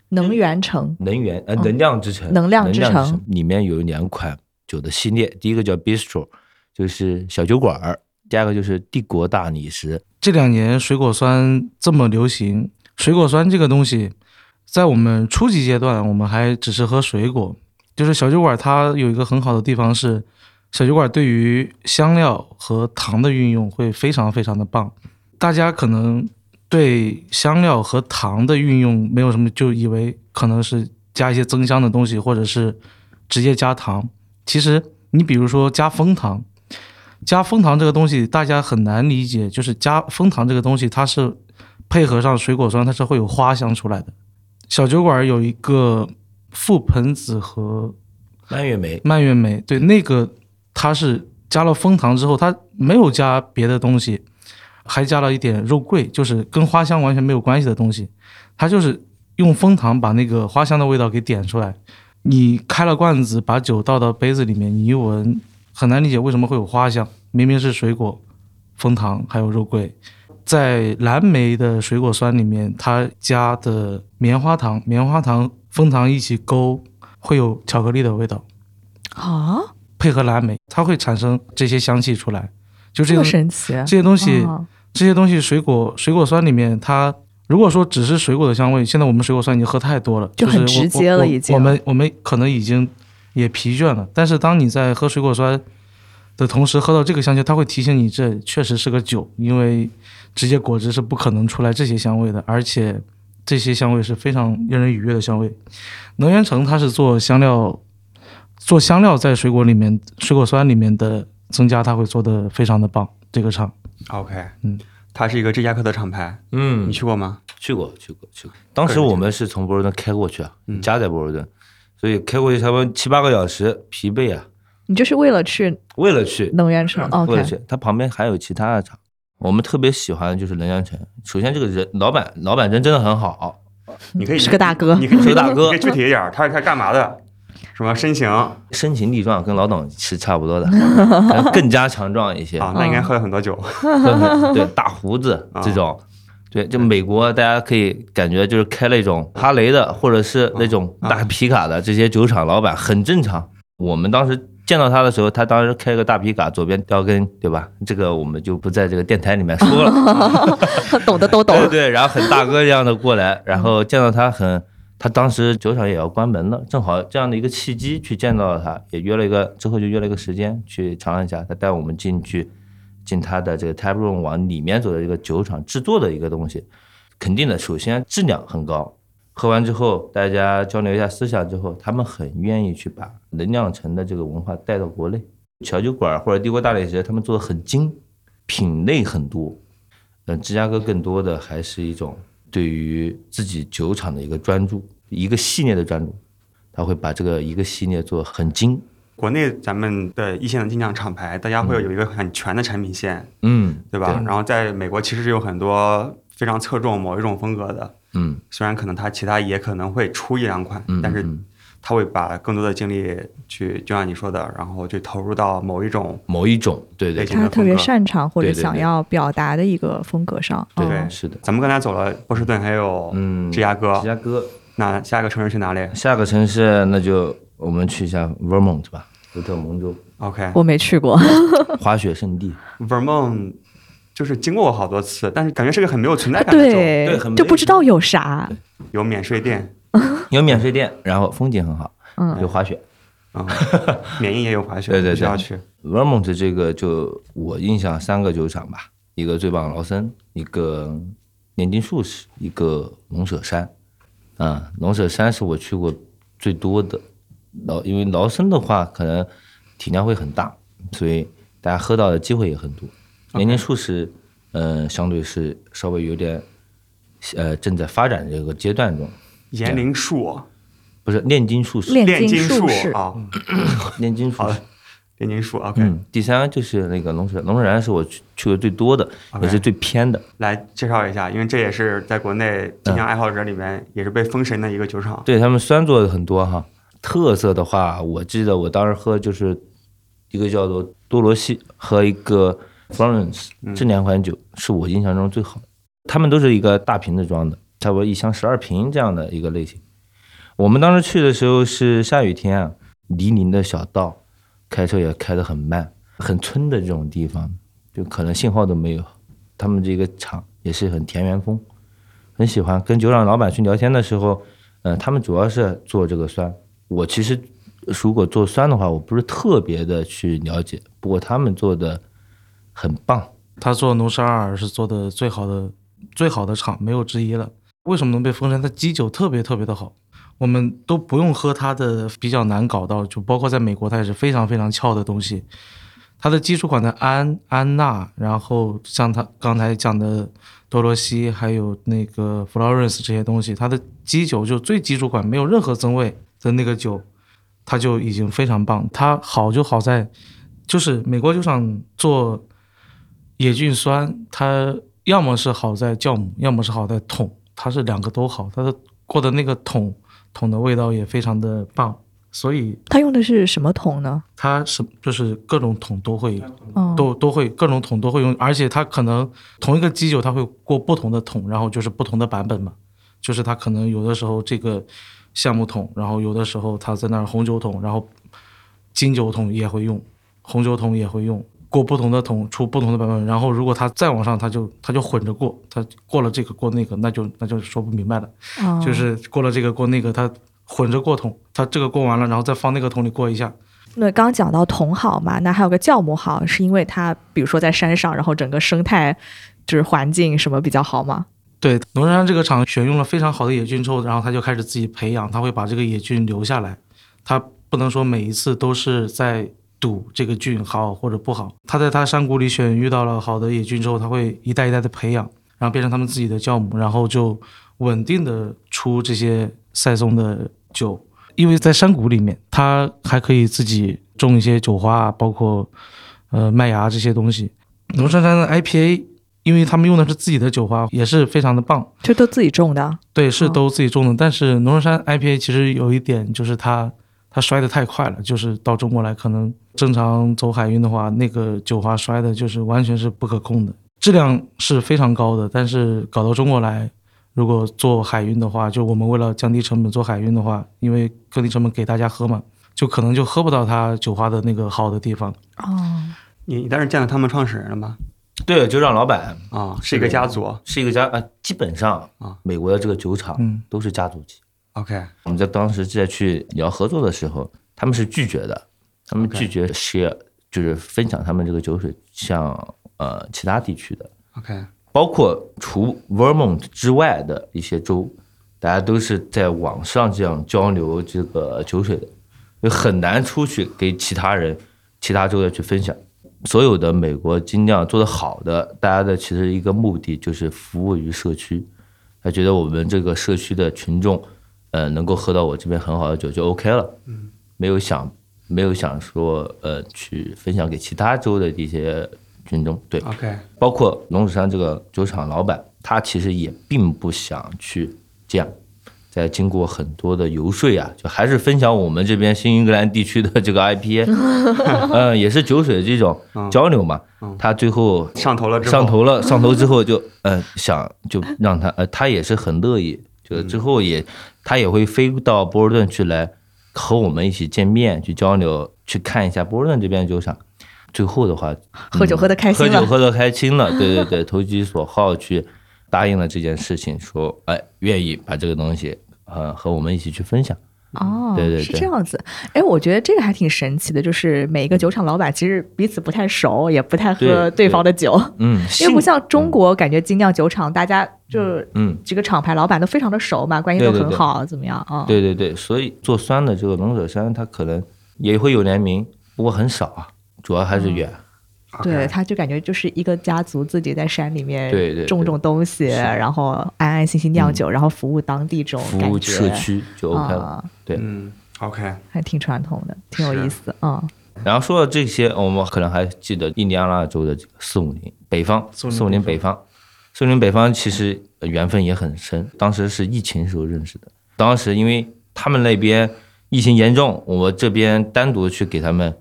Speaker 3: 能源城，
Speaker 4: 能源呃能量之城，
Speaker 3: 能量之城
Speaker 4: 里面有两款酒的系列，第一个叫 Bistro，就是小酒馆儿；第二个就是帝国大理石。
Speaker 5: 这两年水果酸这么流行，水果酸这个东西，在我们初级阶段，我们还只是喝水果。就是小酒馆它有一个很好的地方是，小酒馆对于香料和糖的运用会非常非常的棒。大家可能对香料和糖的运用没有什么，就以为可能是加一些增香的东西，或者是直接加糖。其实你比如说加枫糖，加枫糖这个东西，大家很难理解，就是加枫糖这个东西，它是配合上水果酸，它是会有花香出来的。小酒馆有一个覆盆子和
Speaker 4: 蔓越莓
Speaker 5: 蔓越莓，对，那个它是加了枫糖之后，它没有加别的东西，还加了一点肉桂，就是跟花香完全没有关系的东西，它就是用枫糖把那个花香的味道给点出来。你开了罐子，把酒倒到杯子里面，你一闻，很难理解为什么会有花香，明明是水果、枫糖还有肉桂。在蓝莓的水果酸里面，它加的棉花糖、棉花糖、枫糖一起勾，会有巧克力的味道。
Speaker 3: 啊，
Speaker 5: 配合蓝莓，它会产生这些香气出来。就
Speaker 3: 这
Speaker 5: 这些
Speaker 3: 么
Speaker 5: 东这
Speaker 3: 神奇，
Speaker 5: 些东西，
Speaker 3: 哦
Speaker 5: 这些东西水果水果酸里面，它如果说只是水果的香味，现在我们水果酸已经喝太多了，
Speaker 3: 就很
Speaker 5: 是我
Speaker 3: 直接了
Speaker 5: 我
Speaker 3: 已经
Speaker 5: 我们我们可能已经也疲倦了，但是当你在喝水果酸的同时喝到这个香气，它会提醒你这确实是个酒，因为直接果汁是不可能出来这些香味的，而且这些香味是非常让人愉悦的香味。能源城它是做香料，做香料在水果里面水果酸里面的增加，它会做的非常的棒。这个厂
Speaker 2: OK，
Speaker 5: 嗯，
Speaker 2: 它是一个芝加哥的厂牌，
Speaker 4: 嗯
Speaker 2: 你，去过吗？
Speaker 4: 去过去过去过。当时我们是从波士顿开过去啊，家在波士顿，所以开过去差不多七八个小时，疲惫啊。
Speaker 3: 你就是为了去
Speaker 4: 为了去，
Speaker 3: 能源城
Speaker 4: 为了
Speaker 3: ，OK，
Speaker 4: 去，它旁边还有其他的厂。我们特别喜欢的就是能量城，首先这个人老板老板人真的很好，嗯
Speaker 2: 你可以
Speaker 3: 是个大哥
Speaker 2: 你可以
Speaker 4: 是个 (laughs) 大
Speaker 2: 你
Speaker 4: 哥
Speaker 2: 可以具体一点儿，他是他干嘛的？什么身形啊？
Speaker 4: 身强力壮，跟老董是差不多的，但更加强壮一些。
Speaker 2: 啊那应该喝了很多酒。
Speaker 4: 对，大胡子
Speaker 2: 啊
Speaker 4: 这种，对，就美国大家可以感觉就是开那种哈雷的，或者是那种大皮卡的这些酒厂老板很正常。我们当时见到他的时候，他当时开个大皮卡，左边叼根，对吧？这个我们就不在这个电台里面说了。
Speaker 3: 懂的都懂
Speaker 4: 对，对，然后很大哥这样的过来，然后见到他很，他当时酒厂也要关门了，正好这样的一个契机去见到了他，也约了一个之后就约了一个时间去尝了一下，他带我们进去进他的这个 tap room 往里面走的一个酒厂制作的一个东西，肯定的，首先质量很高。喝完之后，大家交流一下思想之后，他们很愿意去把能量城的这个文化带到国内。小酒馆或者帝国大理石，他们做的很精，品类很多，嗯，芝加哥更多的还是一种对于自己酒厂的一个专注，一个系列的专注，他会把这个一个系列做很精。
Speaker 2: 国内咱们的一线的精酿厂牌，大家会有一个很全的产品线，
Speaker 4: 嗯，
Speaker 2: 对吧？然后在美国其实是有很多非常侧重某一种风格的，
Speaker 4: 嗯
Speaker 2: 虽然可能它其他也可能会出一两款，
Speaker 4: 嗯，
Speaker 2: 但是
Speaker 4: 嗯
Speaker 2: 他会把更多的精力去，就像你说的，然后去投入到某一种
Speaker 4: 某一种，对对
Speaker 2: 类
Speaker 4: 对
Speaker 2: 型的
Speaker 3: (laughs)
Speaker 2: 风
Speaker 3: 他
Speaker 2: 格。
Speaker 3: 特别擅长或者
Speaker 4: 对对
Speaker 3: 想
Speaker 4: 对
Speaker 3: 要表达的一个风格上。
Speaker 4: 对
Speaker 3: 哦
Speaker 4: 对，是的，
Speaker 2: 咱们刚才走了波士顿，还有
Speaker 4: 嗯，
Speaker 2: 芝加哥，
Speaker 4: 芝加哥，
Speaker 2: 那下一个城市去哪里
Speaker 4: 下个城市那就我们去一下 Vermont 吧，福特蒙州
Speaker 2: ？OK，Vermont
Speaker 3: 我没去过，
Speaker 4: 滑雪圣地，
Speaker 2: 就是经过过好多次，但是感觉是个很没有存
Speaker 3: (laughs)
Speaker 2: 在感的州，
Speaker 3: 对
Speaker 4: 很，
Speaker 3: 就
Speaker 4: 没
Speaker 3: 不知道有啥。
Speaker 2: 有免税店，
Speaker 4: 有免税店，然后风景很好，
Speaker 3: 嗯，
Speaker 4: 有滑雪。
Speaker 2: 啊，缅因也有滑雪，
Speaker 4: 对对对
Speaker 2: 必须要去。
Speaker 4: Vermont 这个就我印象三个酒厂吧，一个最棒劳森，一个年金术士，一个龙舍山。啊，龙舍山是我去过最多的。劳因为劳森的话，可能体量会很大，所以大家喝到的机会也很多。年金术士，嗯、相对是稍微有点，呃，正在发展这个阶段中。
Speaker 2: 岩灵树、
Speaker 4: 不是炼金术士，
Speaker 2: 炼
Speaker 3: 炼
Speaker 2: 金
Speaker 3: 金术
Speaker 2: 术
Speaker 3: 士，
Speaker 2: 啊，
Speaker 4: 炼金术
Speaker 2: 好
Speaker 4: 士
Speaker 2: 的。炼金术。OK，
Speaker 4: 嗯，第三个就是那个龙水，龙水山是我去去的最多的
Speaker 2: OK
Speaker 4: 也是最偏的。
Speaker 2: 来介绍一下，因为这也是在国内金酿爱好者里面也是被封神的一个酒厂。
Speaker 4: 对他们酸做的很多哈。特色的话，我记得我当时喝就是一个叫做多罗西和一个 Florence
Speaker 2: 嗯
Speaker 4: 这两款酒是我印象中最好的。他们都是一个大瓶子装的，差不多一箱十二瓶这样的一个类型。我们当时去的时候是下雨天啊，泥泞的小道，开车也开得很慢，很村的这种地方，就可能信号都没有。他们这个厂也是很田园风，很喜欢跟酒厂老板去聊天的时候，嗯、他们主要是做这个酸。我其实如果做酸的话，我不是特别的去了解，不过他们做的很棒。
Speaker 5: 他做农舍尔是做的最好的最好的厂，没有之一了。为什么能被封神？它基酒特别特别的好，我们都不用喝它的比较难搞到，就包括在美国，它也是非常非常翘的东西。它的基础款的安安娜，然后像他刚才讲的多罗西，还有那个 Florence 这些东西，它的基酒就最基础款，没有任何增味的那个酒，它就已经非常棒。它好就好在，就是美国酒厂做野菌酸，它要么是好在酵母，要么是好在桶，它是两个都好。它的过的那个桶桶的味道也非常的棒，所以
Speaker 3: 他用的是什么桶呢？
Speaker 5: 它是就是各种桶都会
Speaker 3: 嗯，
Speaker 5: 都都会各种桶都会用，而且它可能同一个基酒它会过不同的桶，然后就是不同的版本嘛，就是它可能有的时候这个橡木桶，然后有的时候它在那儿红酒桶，然后金酒桶也会用，红酒桶也会用，过不同的桶出不同的版本，然后如果它再往上，它就它就混着过，它过了这个过那个，那就那就说不明白了。
Speaker 3: 哦
Speaker 5: 就是过了这个过那个，它混着过桶，它这个过完了，然后再放那个桶里过一下。
Speaker 3: 那刚讲到桶好嘛，那还有个酵母好，是因为它比如说在山上，然后整个生态就是环境什么比较好吗？
Speaker 5: 对，农山这个厂选用了非常好的野菌之后，然后它就开始自己培养，它会把这个野菌留下来，它不能说每一次都是在赌这个菌好或者不好，它在它山谷里选遇到了好的野菌之后，它会一代一代的培养，然后变成他们自己的酵母，然后就稳定的出这些赛松的酒。因为在山谷里面，它还可以自己种一些酒花，包括呃麦芽这些东西。农山山的 IPA 因为他们用的是自己的酒花，也是非常的棒。
Speaker 3: 就都自己种的，
Speaker 5: 对，是
Speaker 3: 哦
Speaker 5: 都自己种的。但是农山山 IPA 其实有一点就是它它摔得太快了，就是到中国来可能正常走海运的话，那个酒花摔的就是完全是不可控的，质量是非常高的。但是搞到中国来，如果做海运的话，就我们为了降低成本做海运的话，因为降低成本给大家喝嘛，就可能就喝不到它酒花的那个好的地方。
Speaker 3: 哦，
Speaker 2: 你你当时见到他们创始人了吗？
Speaker 4: 对，酒厂老板
Speaker 2: 啊，是一个家族。
Speaker 4: 是一个家啊，基本上
Speaker 2: 啊，
Speaker 4: 美国的这个酒厂
Speaker 5: 嗯
Speaker 4: 都是家族企业。
Speaker 2: OK，
Speaker 4: 我们在当时在去聊合作的时候，他们是拒绝的，他们
Speaker 2: OK
Speaker 4: 拒绝 share 就是分享他们这个酒水向呃其他地区的。
Speaker 2: OK，
Speaker 4: 包括除 Vermont 之外的一些州，大家都是在网上这样交流这个酒水的，就很难出去给其他人、其他州的去分享。所有的美国精酿做得好的，大家的其实一个目的就是服务于社区，他觉得我们这个社区的群众，呃，能够喝到我这边很好的酒就 OK 了，嗯，没有想没有想说呃去分享给其他州的一些群众，对，
Speaker 2: OK，
Speaker 4: 包括龙子山这个酒厂老板，他其实也并不想去这样，再经过很多的游说啊，就还是分享我们这边新英格兰地区的这个 IPA，嗯，也是酒水这种交流嘛，他最后
Speaker 2: 上头了之后，
Speaker 4: 上头了，上头之后就呃想就让他呃他也是很乐意，就之后也他也会飞到波士顿去来和我们一起见面去交流，去看一下波士顿这边的酒厂。最后的话，
Speaker 3: 喝酒喝得开心
Speaker 4: 嗯喝
Speaker 3: 了
Speaker 4: 酒喝得开心了，对对对，投其所好去答应了这件事情，说哎愿意把这个东西呃和我们一起去分享。
Speaker 3: 哦，
Speaker 4: 对对
Speaker 3: 是
Speaker 4: 对
Speaker 3: 这样子。哎，我觉得这个还挺神奇的，就是每一个酒厂老板其实彼此不太熟，也不太喝
Speaker 4: 对
Speaker 3: 对方的
Speaker 4: (laughs)
Speaker 3: 酒，
Speaker 4: 嗯，
Speaker 3: 因为不
Speaker 4: 幸
Speaker 3: 像中国，感觉精酿酒厂大家就
Speaker 4: 嗯。
Speaker 3: 几个厂牌老板都非常的熟嘛，关系都
Speaker 4: 对对
Speaker 3: 很
Speaker 4: 对
Speaker 3: 好，怎么样啊？
Speaker 4: 对对对，所以做酸的这个龙首山，它可能也会有联名，不过很少啊，主要还是远。
Speaker 3: 嗯对，他就感觉就是一个家族自己在山里面
Speaker 4: 对对对嗯
Speaker 3: 种种东西，然后安安心心酿酒，然后服务当地这种
Speaker 4: 服
Speaker 3: 感
Speaker 4: 务
Speaker 3: 觉
Speaker 4: 社区就 OK 了。
Speaker 3: 啊，
Speaker 4: 对，
Speaker 2: 嗯，OK，
Speaker 3: 还挺传统的，挺有
Speaker 2: 是
Speaker 3: 意思啊。
Speaker 4: 然后说到这些，我们可能还记得印第安纳州的这个四五零北方，
Speaker 5: 450
Speaker 4: 四五零北方，四五零北方其实呃缘分也很深，当时是疫情时候认识的。当时因为他们那边疫情严重，我这边单独去给他们，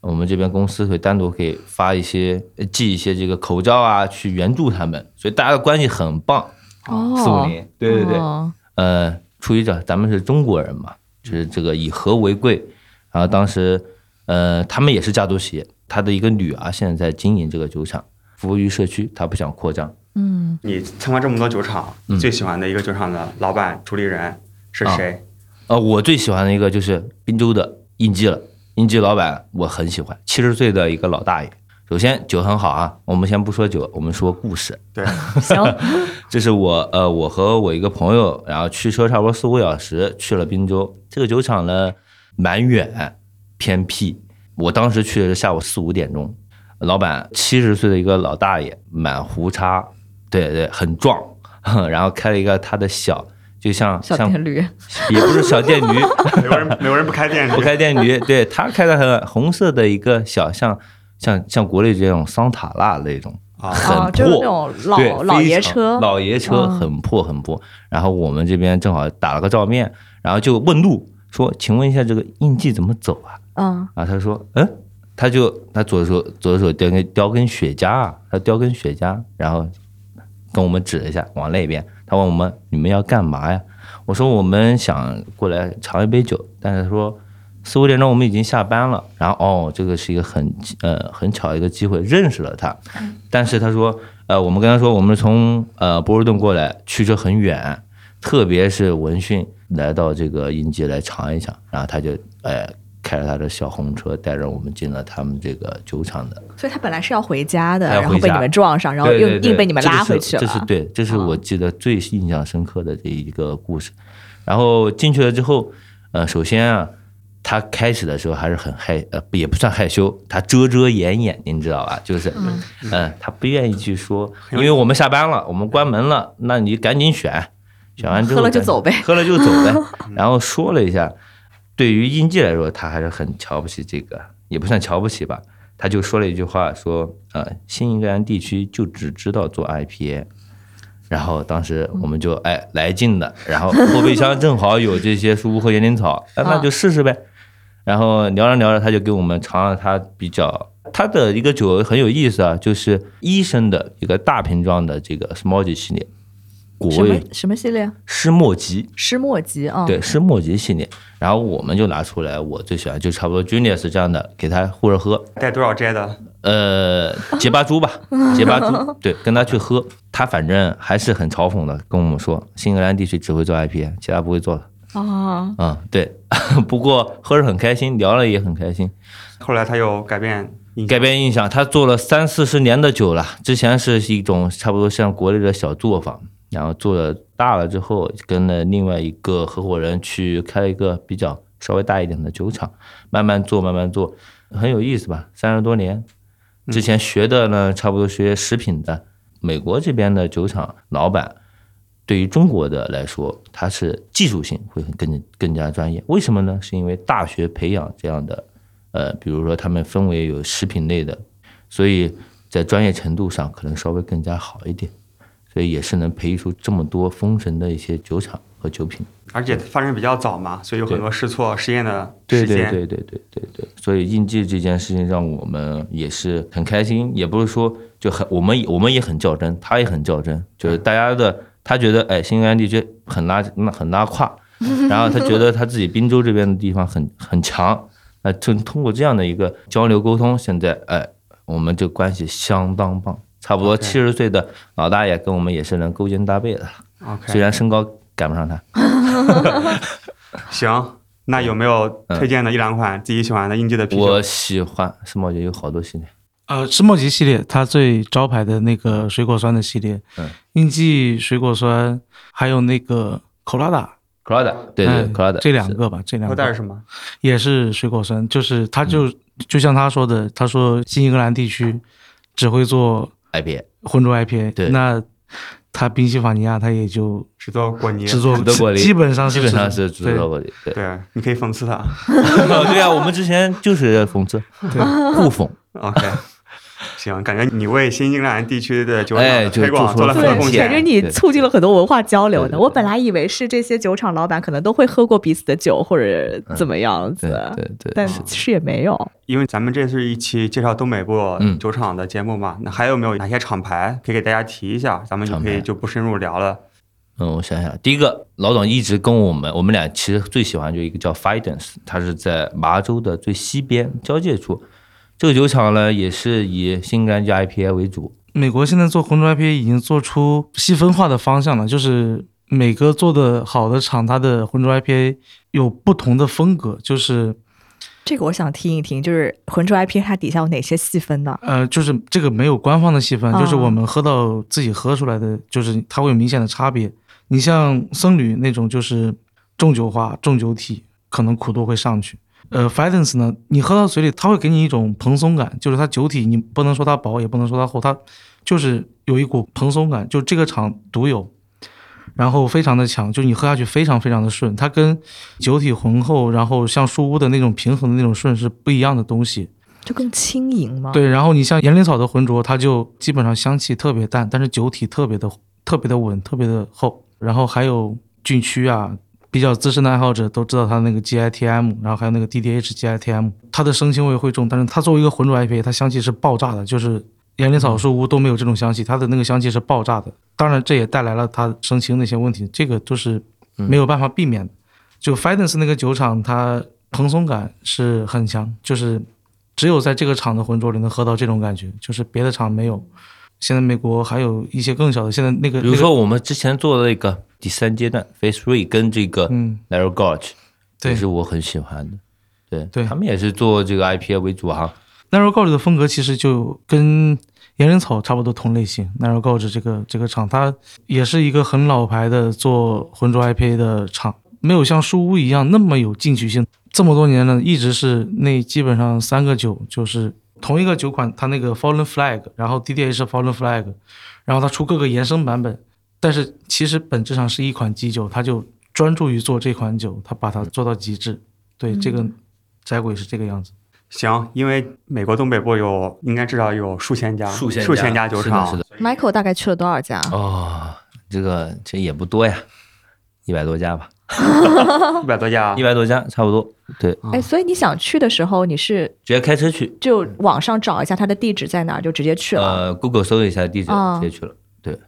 Speaker 4: 我们这边公司会单独给发一些呃寄一些这个口罩啊，去援助他们，所以大家的关系很棒。
Speaker 3: 哦，
Speaker 4: 四五零，对对对，
Speaker 3: 哦
Speaker 4: 呃，出于这咱们是中国人嘛，就是这个以和为贵。然后当时，呃，他们也是家族企业，他的一个女儿现在在经营这个酒厂，服务于社区，他不想扩张。
Speaker 3: 嗯，
Speaker 2: 你参观这么多酒厂，
Speaker 4: 嗯
Speaker 2: 最喜欢的一个酒厂的老板、主理人是
Speaker 4: 啊
Speaker 2: 谁？ (laughs)
Speaker 4: 呃，我最喜欢的一个就是滨州的应记了，应记老板我很喜欢，七十岁的一个老大爷。首先酒很好啊，我们先不说酒，我们说故事。
Speaker 2: 对，
Speaker 3: 行，
Speaker 4: 这是我呃，我和我一个朋友，然后驱车差不多四五个小时去了滨州。这个酒厂呢，蛮远，偏僻。我当时去的是下午四五点钟，老板七十岁的一个老大爷，满胡茬，对对，很壮， (laughs) 然后开了一个他的小，就像
Speaker 3: 小
Speaker 4: 像
Speaker 3: 电驴，
Speaker 4: 也不是小电驴， (laughs)
Speaker 2: 美国人美国人不开店是
Speaker 4: 不
Speaker 2: 吧？
Speaker 4: 开电驴，对他开的很红色的一个小像像像国内这种桑塔纳那种。
Speaker 2: 啊
Speaker 4: 很
Speaker 3: 哦，就是
Speaker 4: 破
Speaker 3: 那种
Speaker 4: 对
Speaker 3: 老老
Speaker 4: 非
Speaker 3: 爷
Speaker 4: 常
Speaker 3: 车，
Speaker 4: 老爷车
Speaker 3: 嗯
Speaker 4: 很破很破。然后我们这边正好打了个照面，然后就问路，说：“请问一下这个印记怎么走啊
Speaker 3: 嗯，？”
Speaker 4: 啊，他说：“嗯。”他就他左手左手叼根叼根雪茄啊，他叼根雪茄，然后跟我们指了一下往那边。他问我们：“你们要干嘛呀？”我说：“我们想过来尝一杯酒。”但是他说。四五点钟我们已经下班了，然后哦，这个是一个很呃很巧的一个机会，认识了他。但是他说，呃，我们跟他说我们是从呃波士顿过来，去车很远，特别是闻讯来到这个英吉来尝一尝，然后他就呃开着他的小红车，带着我们进了他们这个酒厂的，
Speaker 3: 所以他本来是要回家的，
Speaker 4: 他要
Speaker 3: 然后
Speaker 4: 回
Speaker 3: 被
Speaker 4: 家
Speaker 3: 你们撞上，然后
Speaker 4: 对
Speaker 3: 又
Speaker 4: 对对
Speaker 3: 硬被你们
Speaker 4: 这个
Speaker 3: 拉
Speaker 4: 是
Speaker 3: 回去了。啊
Speaker 4: 这是对，这是我记得最印象深刻的这一个故事。然后进去了之后，呃，首先啊，他开始的时候还是很害，呃，也不算害羞，他遮遮掩掩，您知道吧？就是，嗯、他不愿意去说，因
Speaker 3: 嗯
Speaker 4: 为我们下班了，我们关门了，那你赶紧选，选完之后
Speaker 3: (laughs) 喝了就
Speaker 4: 赶紧
Speaker 3: 走呗
Speaker 4: 喝了就走呗。
Speaker 3: (laughs)
Speaker 4: 然后说了一下，对于英记来说，他还是很瞧不起这个，也不算瞧不起吧。他就说了一句话，说呃，新英格兰地区就只知道做 IPA。然后当时我们就哎来劲了，然后后备箱正好有这些树木和园林
Speaker 3: (laughs)
Speaker 4: 草，哎那就试试呗。然后聊着聊着，他就给我们尝了他比较他的一个酒很有意思啊，就是医生的一个大瓶装的这个 Smorgy 系列，果
Speaker 3: 什么
Speaker 4: 味
Speaker 3: 什么系列？
Speaker 4: 石墨烯，
Speaker 3: 石墨烯啊，
Speaker 4: 对，是墨吉系列。然后我们就拿出来，我最喜欢就差不多 Junius 这样的，给他或者喝，
Speaker 2: 带多少 J 的？
Speaker 4: 呃，结巴猪吧，结巴猪，对，跟他去喝，他反正还是很嘲讽的跟我们说，新英格兰地区只会做 IPA，其他不会做的。
Speaker 3: 啊，
Speaker 4: 嗯，对， (laughs) 不过喝着很开心，聊了也很开心。
Speaker 2: 后来他又改变印象
Speaker 4: 改变印象，他做了三四十年的酒了，之前是一种差不多像国内的小作坊，然后做了大了之后，跟了另外一个合伙人去开了一个比较稍微大一点的酒厂，慢慢做，慢慢做，很有意思吧？三十多年，之前学的呢，差不多学食品的，美国这边的酒厂老板。对于中国的来说，它是技术性会更更加专业，为什么呢？是因为大学培养这样的呃，比如说他们分为有食品类的，所以在专业程度上可能稍微更加好一点。所以也是能培育出这么多丰神的一些酒厂和酒品。
Speaker 2: 而且发生比较早嘛，所以有很多试错试验的
Speaker 4: 对
Speaker 2: 时
Speaker 4: 对
Speaker 2: 间。
Speaker 4: 对对对对对，所以应季这件事情让我们也是很开心，也不是说就很我们我们也很较真，他也很较真，就是大家的他觉得哎新安地区很拉那很拉胯，然后他觉得他自己滨州这边的地方很很强，那就通过这样的一个交流沟通，现在哎我们这关系相当棒，差不多
Speaker 2: OK
Speaker 4: 七十岁的老大爷跟我们也是能勾肩搭背的，虽
Speaker 2: OK，
Speaker 4: 然身高赶不上他。
Speaker 2: 行，那有没有推荐的一两款自己喜欢的应季的啤酒
Speaker 4: 嗯我？喜欢世贸姐有好多系列，
Speaker 5: 呃，世墨级系列它最招牌的那个水果酸的系列，
Speaker 4: 嗯，
Speaker 5: 应季水果酸，还有那个口拉达，
Speaker 4: 克拉达，对对，
Speaker 5: 嗯
Speaker 4: 克拉达
Speaker 5: 这两个吧，这两
Speaker 2: 我带是
Speaker 5: 个
Speaker 2: 什么？
Speaker 5: 也是水果酸，就是它就、
Speaker 4: 嗯
Speaker 5: 就像他说的，他说新英格兰地区只会做
Speaker 4: IPA，
Speaker 5: 浑浊 IPA，
Speaker 4: 对
Speaker 5: 那他宾夕法尼亚他也就
Speaker 2: 只做果泥。
Speaker 5: 制作
Speaker 4: 只做果粒
Speaker 5: 基本上
Speaker 4: 基
Speaker 5: 是
Speaker 4: 本上
Speaker 5: 制
Speaker 4: 是
Speaker 5: 作
Speaker 4: 只做过的。 (laughs) 对
Speaker 2: 对，你可以讽刺他。
Speaker 4: 对啊，我们之前就是讽 (laughs) 刺，互讽，
Speaker 2: OK，行，感觉你为新英格兰地区的酒厂
Speaker 4: 哎
Speaker 2: 的
Speaker 4: 就
Speaker 2: 推广
Speaker 4: 做出
Speaker 2: 做了
Speaker 4: 了
Speaker 2: 很多
Speaker 4: 贡
Speaker 2: 贡
Speaker 4: 献
Speaker 3: 感觉
Speaker 2: 献。
Speaker 3: 你
Speaker 4: 对
Speaker 3: 促进了很多文化交流
Speaker 4: 对对
Speaker 3: 呢。
Speaker 4: 对
Speaker 3: 我本来以为是这些酒厂老板可能都会喝过彼此的酒或者怎么样
Speaker 4: 嗯对
Speaker 3: 子，
Speaker 4: 对对
Speaker 3: 但。其实也没有。
Speaker 2: 因为咱们这是一期介绍东北部
Speaker 4: 嗯
Speaker 2: 酒厂的节目嘛，那还有没有哪些厂牌可以给大家提一下？咱们就
Speaker 4: 厂
Speaker 2: 可以
Speaker 4: 牌
Speaker 2: 就不深入聊了。
Speaker 4: 嗯，我想想，第一个老总一直跟我们，我们俩其实最喜欢就一个叫 Fidens，它是在麻州的最西边交界处。这个酒厂呢，也是以新干加 IPA 为主，
Speaker 5: 美国现在做红砖 IPA 已经做出细分化的方向了，就是每个做的好的厂，它的红砖 IPA 有不同的风格，就是
Speaker 3: 这个我想听一听，就是浑浊 IP 它底下有哪些细分呢？
Speaker 5: 呃，就是这个没有官方的细分，
Speaker 3: 哦
Speaker 5: 就是我们喝到自己喝出来的，就是它会有明显的差别。你像僧侣那种就是重酒花、重酒体，可能苦度会上去。呃 f i d e n c e 呢，你喝到嘴里，它会给你一种蓬松感，就是它酒体，你不能说它薄，也不能说它厚，它就是有一股蓬松感，就这个厂独有，然后非常的强，就你喝下去非常非常的顺，它跟酒体浑厚，然后像树屋的那种平衡的那种顺是不一样的东西。
Speaker 3: 就更轻盈吗？，
Speaker 5: 对，然后你像岩灵草的浑浊，它就基本上香气特别淡，但是酒体特别的特别的稳，特别的厚。然后还有菌区啊，比较资深的爱好者都知道它那个 GITM，然后还有那个 DDH GITM，它的生腥味会重，但是它作为一个浑浊 IPA，它香气是爆炸的，就是岩灵草树屋都没有这种香气，它的那个香气是爆炸的。当然，这也带来了它生青的一些问题，这个都是
Speaker 4: 嗯
Speaker 5: 没有办法避免的。就 Fidens 那个酒厂，它蓬松感是很强，就是只有在这个厂的浑浊里能喝到这种感觉，就是别的厂没有。现在美国还有一些更小的，现在那个
Speaker 4: 比如，说我们之前做的那个第三阶段 Phase Three 跟这个
Speaker 5: 那个嗯，
Speaker 4: Narrow Gauge，也
Speaker 5: 对
Speaker 4: 是我很喜欢的。对，
Speaker 5: 对
Speaker 4: 他们也是做这个 IPA 为主哈。
Speaker 5: ，Narrow Gauge 的风格其实就跟岩人草差不多同类型。Narrow Gauge 这个这个厂，它也是一个很老牌的做浑浊 IPA 的厂，没有像书屋一样那么有进取性。这么多年呢，一直是那基本上三个酒就是同一个酒款，它那个 Fallen Flag，然后 DDH Fallen Flag，然后它出各个延伸版本，但是其实本质上是一款基酒，它就专注于做这款酒，它把它做到极致。对，这个窄鬼是这个样子。
Speaker 2: 行，因为美国东北部有应该至少有数千家
Speaker 4: 数千家
Speaker 2: 家酒厂，
Speaker 4: 是的
Speaker 3: Michael 大概去了多少家？
Speaker 4: 哦，这个这也不多呀，一百多家吧，
Speaker 2: 一百多家
Speaker 4: 一。百多家差不多。对，
Speaker 3: 哎，所以你想去的时候，你是
Speaker 4: 直接开车去，
Speaker 3: 就网上找一下它的地址在哪儿，就直接去了。
Speaker 4: 呃，Google 搜一下地址，
Speaker 3: 啊哦
Speaker 4: 直接去了，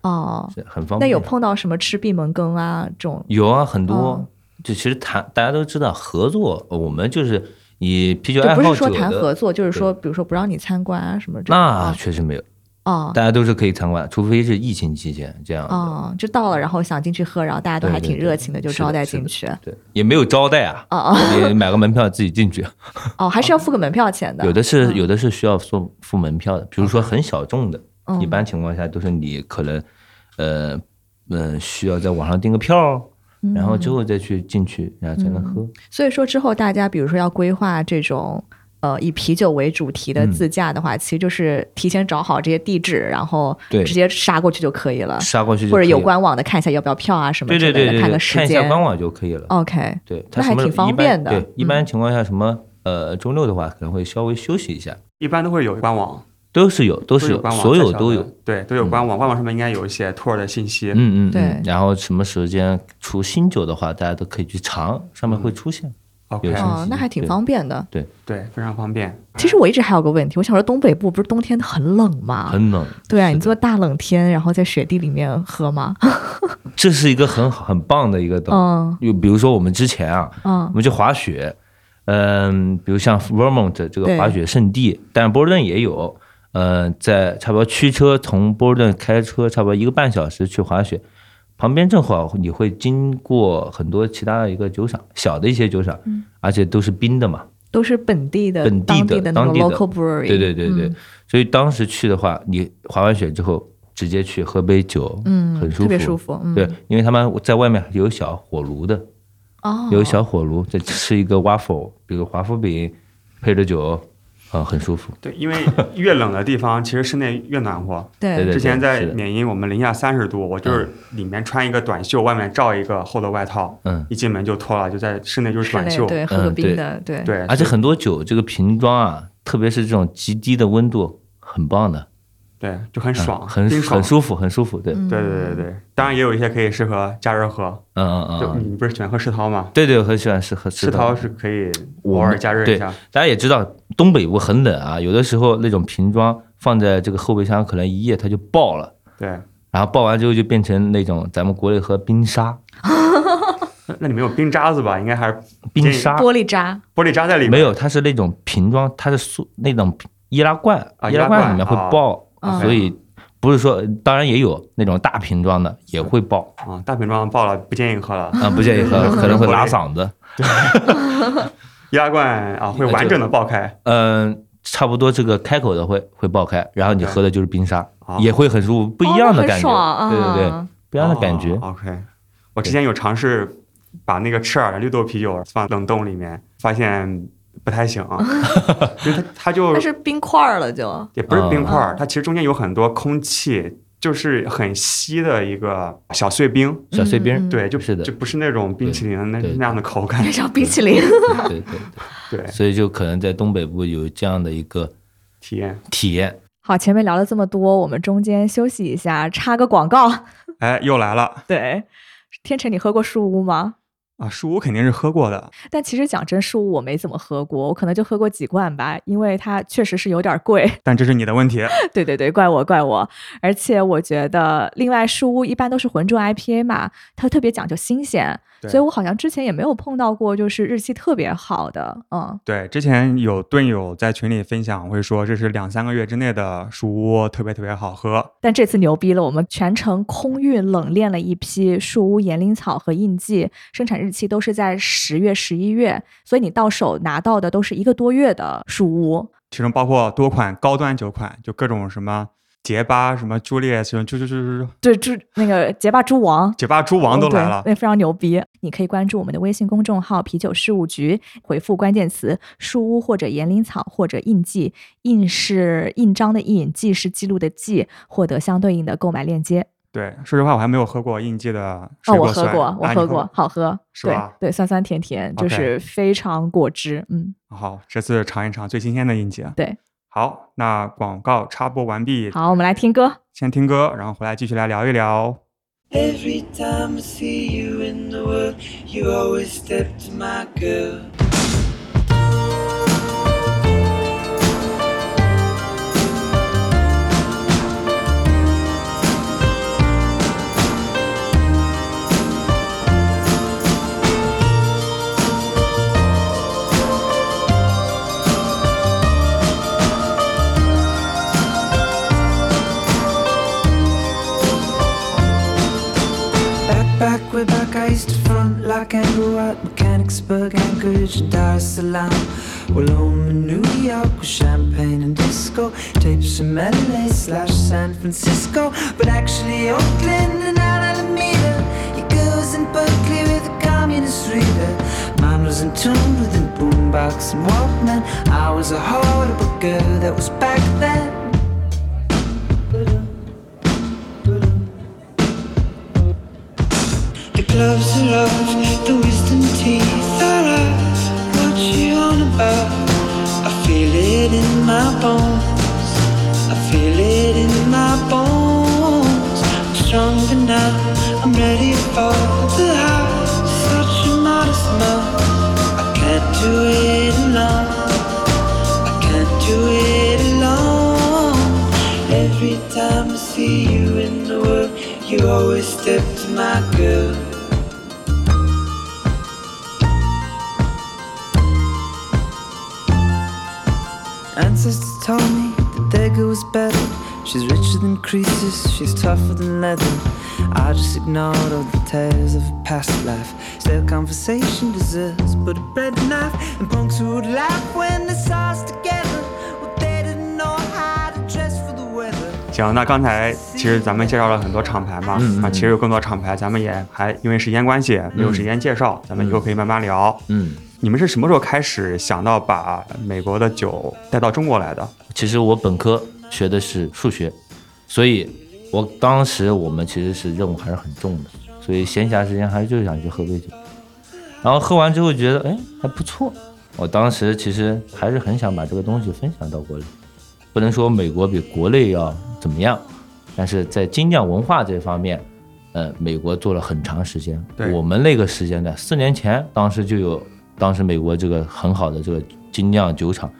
Speaker 3: 哦，
Speaker 4: 是很呃方
Speaker 3: 那
Speaker 4: 便。
Speaker 3: 有碰到什么吃闭门羹啊这种？
Speaker 4: 有啊，很多
Speaker 3: 哦。
Speaker 4: 就其实谈大家都知道，合作我们就是以啤酒
Speaker 3: 就
Speaker 4: 爱
Speaker 3: 不是
Speaker 4: 好
Speaker 3: 说
Speaker 4: 者
Speaker 3: 谈合
Speaker 4: 的，
Speaker 3: 作，就是说比如说不让你参观啊什么这种。
Speaker 4: 那确实没有，
Speaker 3: 哦
Speaker 4: 大家都是可以参观的，除非是疫情期间这样的，
Speaker 3: 哦，就到了，然后想进去喝，然后大家都
Speaker 4: 对
Speaker 3: 还
Speaker 4: 对
Speaker 3: 挺
Speaker 4: 对
Speaker 3: 热情的，就是
Speaker 4: 的
Speaker 3: 招待
Speaker 4: 是的
Speaker 3: 进去。
Speaker 4: 对，也没有招待啊，
Speaker 3: 哦哦
Speaker 4: 你买个门票自己
Speaker 3: (laughs)
Speaker 4: 进去。
Speaker 3: 哦，还是要付个门票钱的。
Speaker 4: 有的是有的是需要付付门票的，比
Speaker 3: 哦
Speaker 4: 如说很小众的，
Speaker 3: 嗯
Speaker 4: 一般情况下都是你可能，呃，嗯，需要在网上订个票，然后之后再去进去，然后才能喝。
Speaker 3: 嗯所以说之后大家比如说要规划这种呃以啤酒为主题
Speaker 4: 嗯
Speaker 3: 的自驾的话，其实就是提前找好这些地址，然后
Speaker 4: 对
Speaker 3: 直接杀过去就可以了，
Speaker 4: 杀过去就
Speaker 3: 或者有
Speaker 4: 可以了
Speaker 3: 官网的看一下要不要票啊什么
Speaker 4: 对
Speaker 3: 之类
Speaker 4: 对
Speaker 3: 的，
Speaker 4: 对对，
Speaker 3: 看个
Speaker 4: 对看
Speaker 3: 时
Speaker 4: 一下
Speaker 3: 间。
Speaker 4: 官网就可以了。
Speaker 3: OK，
Speaker 4: 对，它
Speaker 3: 那
Speaker 4: 什
Speaker 3: 还
Speaker 4: 么
Speaker 3: 挺方
Speaker 4: 一般
Speaker 3: 便的。嗯
Speaker 4: 对，一般情况下什么呃周六的话可能会稍微休息一下。
Speaker 2: 一般都会有官网，
Speaker 4: 都是有，都
Speaker 2: 都
Speaker 4: 是有
Speaker 2: 官，网，
Speaker 4: 所
Speaker 2: 在
Speaker 4: 有
Speaker 2: 小
Speaker 4: 都
Speaker 2: 的
Speaker 4: 有。，嗯
Speaker 2: 对，都有官网，官网上面应该有一些 tour 的信息。
Speaker 4: 嗯嗯，嗯
Speaker 3: 对
Speaker 4: 然后什么时间出新酒的话，大家都可以去尝，上
Speaker 2: 嗯
Speaker 4: 面会出现。
Speaker 2: OK，
Speaker 4: 有信息
Speaker 3: 哦，那还挺方便的。
Speaker 2: 对，非常方便。
Speaker 3: 其实我一直还有个问题，我想说东北部不是冬天很冷吗？
Speaker 4: 很冷，
Speaker 3: 对啊，
Speaker 4: 是
Speaker 3: 你
Speaker 4: 的
Speaker 3: 坐大冷天，然后在雪地里面喝吗？
Speaker 4: 这是一个很好很棒的一个东。
Speaker 3: 嗯
Speaker 4: 就比如说我们之前啊，我
Speaker 3: 嗯
Speaker 4: 们去滑雪，嗯，比如像 Vermont 这
Speaker 3: 对
Speaker 4: 个滑雪圣地，但波士顿也有，呃，在差不多驱车从波士顿开车差不多一个半小时去滑雪，旁边正好你会经过很多其他的一个酒厂，小的一些酒厂，
Speaker 3: 嗯
Speaker 4: 而且都是冰的嘛，
Speaker 3: 都是本地的、
Speaker 4: 本地的
Speaker 3: 当地的那
Speaker 4: 当
Speaker 3: 种
Speaker 4: 地的
Speaker 3: local brewery。
Speaker 4: 对对对对，
Speaker 3: 嗯
Speaker 4: 所以当时去的话，你滑完雪之后直接去喝杯酒，
Speaker 3: 嗯，
Speaker 4: 很舒服，
Speaker 3: 特别舒服。嗯，
Speaker 4: 对，因为他们在外面有小火炉的，
Speaker 3: 哦，
Speaker 4: 有小火炉，再吃一个 waffle，比如华夫饼，配着酒，啊、很舒服。
Speaker 2: 对，因为越冷的地方，其实室内越暖和。
Speaker 3: 对
Speaker 4: 对 (laughs) 对
Speaker 2: 之前在
Speaker 4: 是的
Speaker 2: 缅因，我们零下三十度，我就是里面穿一个短袖，外面罩一个厚的外套，
Speaker 4: 嗯，
Speaker 2: 一进门就脱了，就在室内就是
Speaker 3: 室
Speaker 2: 短
Speaker 3: 内
Speaker 2: 袖。
Speaker 3: 对喝个
Speaker 4: 嗯
Speaker 3: 冰的，对
Speaker 2: 对，
Speaker 4: 而且很多酒这个瓶装啊，特别是这种极低的温度，很棒的，
Speaker 2: 对，就很
Speaker 4: 嗯
Speaker 2: 爽，
Speaker 4: 很
Speaker 2: 冰爽
Speaker 4: 很。舒服，很舒服。对，嗯
Speaker 3: 嗯
Speaker 2: 对对对对，当然也有一些可以适合加热喝。
Speaker 4: 嗯嗯
Speaker 2: 就
Speaker 4: 嗯，
Speaker 2: 你不是喜欢喝世涛吗？
Speaker 4: 对对，我很喜欢吃喝吃
Speaker 2: 世
Speaker 4: 的
Speaker 2: 涛。是可以
Speaker 4: 我
Speaker 2: 偶尔加热一下。
Speaker 4: 大家也知道，东北部很冷啊，有的时候那种瓶装放在这个后备箱，可能一夜它就爆了。
Speaker 2: 对，
Speaker 4: 然后爆完之后就变成那种咱们国内喝冰沙，
Speaker 2: 那那里面有冰渣子吧？应该还是
Speaker 4: 冰沙
Speaker 3: 玻璃渣，
Speaker 2: 玻璃渣在里面。
Speaker 4: 没有，它是那种瓶装，它是塑那种易拉罐，
Speaker 2: 啊
Speaker 4: 易拉
Speaker 2: 易拉
Speaker 4: 罐
Speaker 2: 罐
Speaker 4: 里面会
Speaker 2: 啊
Speaker 4: 爆，
Speaker 3: 嗯
Speaker 4: 所以不是说，当然也有那种大瓶装的也会爆
Speaker 2: 啊，大瓶装爆了，不建议喝了。
Speaker 3: 嗯
Speaker 4: 啊、不建议喝，可能会拉嗓子。
Speaker 2: 易拉罐啊，会
Speaker 4: 呃那就
Speaker 2: 完整的爆开。
Speaker 4: 嗯、差不多这个开口的会会爆开，然后你
Speaker 2: 对
Speaker 4: 喝的就是冰沙，
Speaker 2: 啊
Speaker 4: 也会很舒服，
Speaker 3: 不
Speaker 4: 不一样的感
Speaker 3: 哦很
Speaker 4: 觉，
Speaker 3: 爽啊！
Speaker 4: 对对对，不一样的感觉。
Speaker 2: 哦 OK，我之前有尝试把那个赤耳的绿豆啤酒放冷冻里面，发现不太行，啊
Speaker 4: (laughs)
Speaker 2: 因为它它就
Speaker 3: 它是冰块儿了就，
Speaker 2: 也不是冰块儿
Speaker 3: 嗯，
Speaker 2: 它其实中间有很多空气，就是很稀的一个小碎冰。
Speaker 4: 小碎冰儿，
Speaker 3: 嗯
Speaker 2: 对，就是
Speaker 4: 的
Speaker 2: 就不是那种冰淇淋的那
Speaker 4: 对对
Speaker 2: 那样的口感。
Speaker 3: 像冰淇淋。
Speaker 4: 对对对，
Speaker 2: 对，
Speaker 4: (laughs) 所以就可能在东北部有这样的一个
Speaker 2: 体验。
Speaker 4: 体验。
Speaker 3: 好，前面聊了这么多，我们中间休息一下，插个广告。 (laughs)
Speaker 2: 哎，又来了
Speaker 3: 对，天成，你喝过树屋吗？
Speaker 2: 啊！树屋肯定是喝过的，
Speaker 3: 但其实讲真，树屋我没怎么喝过，我可能就喝过几罐吧，因为它确实是有点贵。 (laughs)
Speaker 2: 但这是你的问题。
Speaker 3: 对对对，怪我怪我。而且我觉得，另外树屋一般都是浑浊 IPA 嘛，它特别讲究新鲜，
Speaker 2: 对
Speaker 3: 所以我好像之前也没有碰到过就是日期特别好的。嗯，
Speaker 2: 对，之前有队友在群里分享，会说这是两三个月之内的树屋，特别特别好喝。
Speaker 3: 但这次牛逼了，我们全程空运冷链了一批树屋岩灵草和印记，生产日期都是在十月、十一月，所以你到手拿到的都是一个多月的树屋。
Speaker 2: 其中包括多款高端酒款，就各种什么杰巴、什么朱烈、什么就就就就
Speaker 3: 对，猪那个结巴猪王
Speaker 2: 杰巴猪王都来了
Speaker 3: 哦对，那非常牛逼。你可以关注我们的微信公众号“啤酒事务局”，回复关键词“树屋”或者“岩灵草”或者“印记”，印是印章的印，记是记录的记，获得相对应的购买链接。
Speaker 2: 对。说实话，我还没有喝过应季的
Speaker 3: 哦，
Speaker 2: 水
Speaker 3: 我
Speaker 2: 果
Speaker 3: 喝
Speaker 2: 酸。
Speaker 3: 过，我
Speaker 2: 啊你
Speaker 3: 喝过，好喝，
Speaker 2: 是
Speaker 3: 对
Speaker 2: 吧
Speaker 3: 对，酸酸甜甜，就
Speaker 2: OK
Speaker 3: 是非常果汁。嗯，
Speaker 2: 好，这次尝一尝最新鲜的应季。
Speaker 3: 对。
Speaker 2: 好，那广告插播完毕，
Speaker 3: 好，我们来听歌。
Speaker 2: 先听歌，然后回来继续来聊一聊。
Speaker 1: Every time I see you in the world, you always step to my girl. Back, back, way back, I used to front like Englewood, Mechanicsburg, Anchorage, Dar es Salaam. Well, home in New York with champagne and disco, tapes from LA slash San Francisco, but actually Oakland and Alameda. Your girl was in Berkeley with a communist reader. Mine was in tune with a boombox and Walkman. I was a horrible girl that was back then. The gloves are off, the wisdom teeth are out. What you on about? I feel it in my bones. I feel it in my bones. I'm stronger now. I'm ready for the high. Such a modest mouth. I can't do it alone. I can't do it alone. Every time I see you in the world, you always step to my girl. Ancestors told me that Dagger was better. She's richer than creases, she's tougher than leather. I just ignored all the tales of a past life. Still, conversation deserves but a bread knife. And punks who would laugh when they saw us together. Well, they didn't know how to dress for the weather.
Speaker 2: 行，那刚才其实咱们介绍了很多厂牌嘛，
Speaker 4: 嗯
Speaker 2: 啊，其实有更多厂牌，咱们也还因为时间关系没有时间介绍，咱们以后可以慢慢聊。
Speaker 4: 嗯，
Speaker 2: 你们是什么时候开始想到把美国的酒带到中国来的？
Speaker 4: 其实我本科学的是数学，所以我当时我们其实是任务还是很重的，所以闲暇时间还是就想去喝杯酒，然后喝完之后觉得哎还不错，我当时其实还是很想把这个东西分享到国内，不能说美国比国内要怎么样，但是在精酿文化这方面。呃，美国做了很长时间
Speaker 2: 对，
Speaker 4: 我们那个时间段，四年前，当时就有，当时美国这个很好的这个精酿酒厂，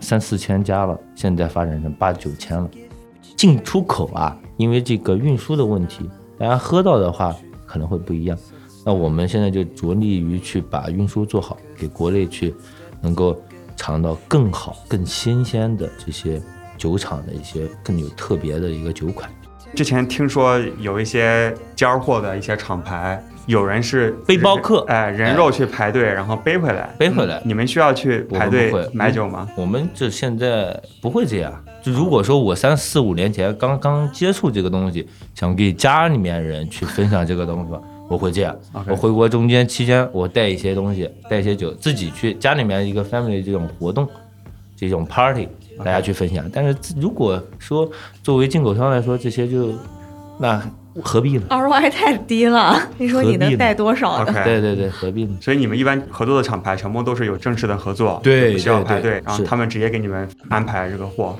Speaker 4: 三四千家了，现在发展成八九千了。进出口啊，因为这个运输的问题，大家喝到的话可能会不一样。那我们现在就着力于去把运输做好，给国内去能够尝到更好、更新鲜的这些酒厂的一些更有特别的一个酒款。
Speaker 2: 之前听说有一些尖儿货的一些厂牌，有人是
Speaker 4: 背包客
Speaker 2: 哎，人肉去排队，然后背回来，
Speaker 4: 背回来
Speaker 2: 嗯你们需要去排队
Speaker 4: 我们不会
Speaker 2: 买酒吗？
Speaker 4: 我们这现在不会这样。就如果说我三四五年前刚刚接触这个东西，想给家里面人去分享这个东西， (laughs) 我会这样。
Speaker 2: OK
Speaker 4: 我回国中间期间，我带一些东西，带一些酒，自己去家里面一个 family 这种活动，这种 party，大家去分享。但是自如果说作为进口商来说，这些就那何必呢？
Speaker 3: ROI 太低了，你说你
Speaker 4: 何必
Speaker 3: 能
Speaker 4: 呢
Speaker 3: 带多少呢？
Speaker 2: OK
Speaker 4: 嗯
Speaker 5: 哎
Speaker 4: 对对对，何必呢？
Speaker 2: 所以你们一般合作的厂牌全部都是有正式的合作，
Speaker 4: 对
Speaker 2: 不需要
Speaker 4: 对
Speaker 2: 排
Speaker 4: 对
Speaker 2: 队，然后
Speaker 4: 是
Speaker 2: 他们直接给你们安排这个货。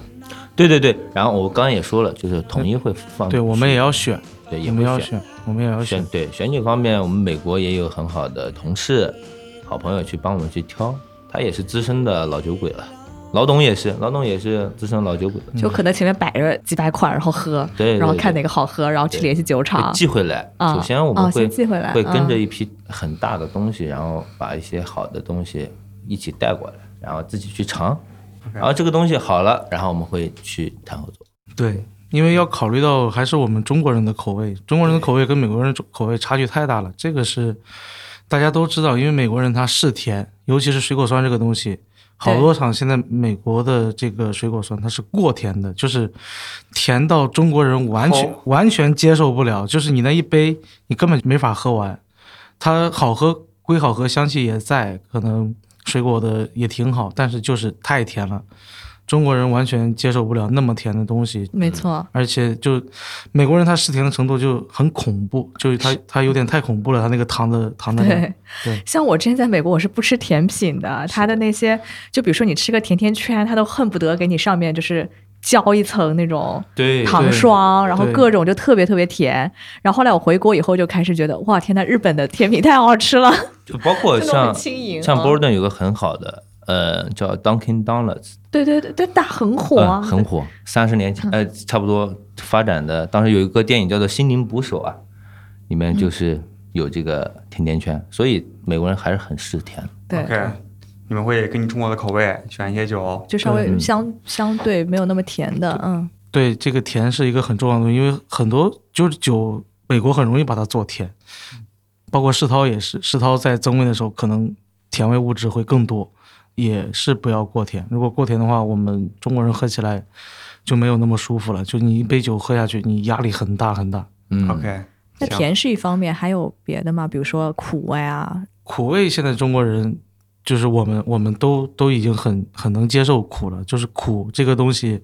Speaker 4: 对对对。然后我刚刚也说了，就是统一会放，
Speaker 5: 对我们也要选，
Speaker 4: 对也
Speaker 5: 我们
Speaker 4: 会
Speaker 5: 要
Speaker 4: 选。
Speaker 5: 选，我们也要
Speaker 4: 选
Speaker 5: 选。
Speaker 4: 对选酒方面，我们美国也有很好的同事、好朋友去帮我们去挑，他也是资深的老酒鬼了，老董也是，老董也是资深老酒鬼了，
Speaker 3: (laughs) 就可能前面摆着几百款，然后喝，
Speaker 4: 对对
Speaker 3: 然后
Speaker 4: 对
Speaker 3: 看哪个好喝，然后去
Speaker 4: 对
Speaker 3: 联系酒厂
Speaker 4: 会。寄回来。
Speaker 3: 啊
Speaker 4: 首先我
Speaker 3: 啊
Speaker 4: 们会、
Speaker 3: 先寄回来
Speaker 4: 会跟着
Speaker 3: 嗯
Speaker 4: 一批很大的东西，然后把一些好的东西一起带过来，然后自己去尝。然后这个东西好了，然后我们会去谈合作。
Speaker 5: 对，因为要考虑到还是我们中国人的口味，中国人的口味跟美国人的口味差距太大了，这个是大家都知道。因为美国人他是甜，尤其是水果酸这个东西，好多厂现在美国的这个水果酸它是过甜的，就是甜到中国人完全
Speaker 2: 齁
Speaker 5: 完全接受不了，就是你那一杯你根本没法喝完。它好喝归好喝，香气也在，可能水果的也挺好，但是就是太甜了。中国人完全接受不了那么甜的东西，
Speaker 3: 没错，
Speaker 5: 而且就美国人他嗜甜的程度就很恐怖，就是他他有点太恐怖了，他那个糖的糖的
Speaker 4: 嗯
Speaker 5: 量
Speaker 3: 对。像我之前在美国，我是不吃甜品的，它的那些，就比如说你吃个甜甜圈，它都恨不得给你上面就是浇一层那种
Speaker 4: 对
Speaker 3: 糖霜，然后
Speaker 5: 对
Speaker 3: 各种就特别特别甜。然后后来我回国以后就开始觉得，哇，天呐，日本的甜品太好吃了，
Speaker 4: 就包
Speaker 3: (laughs)
Speaker 4: 括
Speaker 3: 真的很
Speaker 4: 呃像
Speaker 3: 轻盈啊。
Speaker 4: 像波士顿有个很好的，呃，叫 Dunkin' Donuts，
Speaker 3: 对对对对，但很火啊，
Speaker 4: 嗯，很火。三十年前，呃，差不多发展的，当时有一个电影叫做《心灵捕手》啊，里面就是有这个甜甜圈，所以美国人还是很嗜甜。
Speaker 3: 对。
Speaker 2: OK，你们会根据中国的口味选一些酒。
Speaker 3: 就稍
Speaker 4: 嗯
Speaker 3: 微相相对没有那么甜的，嗯，
Speaker 5: 对，这个甜是一个很重要的东西，因为很多就是酒，美国很容易把它做甜，包括世涛也是，世涛在增味的时候可能甜味物质会更多，也是不要过甜。如果过甜的话，我们中国人喝起来就没有那么舒服了，就你一杯酒喝下去，你压力很大很大。
Speaker 4: 嗯
Speaker 2: OK，
Speaker 3: 那
Speaker 2: 行
Speaker 3: 甜是一方面，还有别的吗？比如说苦味啊，
Speaker 5: 苦味现在中国人就是我们，我们都都已经很很能接受苦了。就是苦这个东西，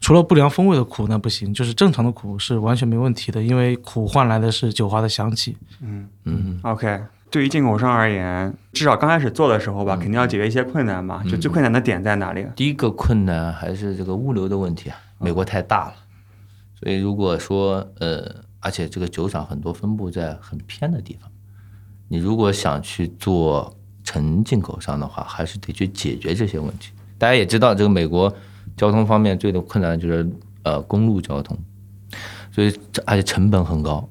Speaker 5: 除了不良风味的苦那不行，就是正常的苦是完全没问题的，因为苦换来的是酒花的香气。
Speaker 2: 嗯
Speaker 4: 嗯，
Speaker 2: ，OK。对于进口商而言，至少刚开始做的时候
Speaker 4: 嗯
Speaker 2: 吧，肯定要解决一些困难嘛。就最困难的点在哪里？
Speaker 4: 第一个困难还是这个物流的问题啊，美国太大了，所以如果说呃，而且这个酒厂很多分布在很偏的地方，你如果想去做纯进口商的话，还是得去解决这些问题。大家也知道，这个美国交通方面最的困难就是呃公路交通，所以这而且成本很高。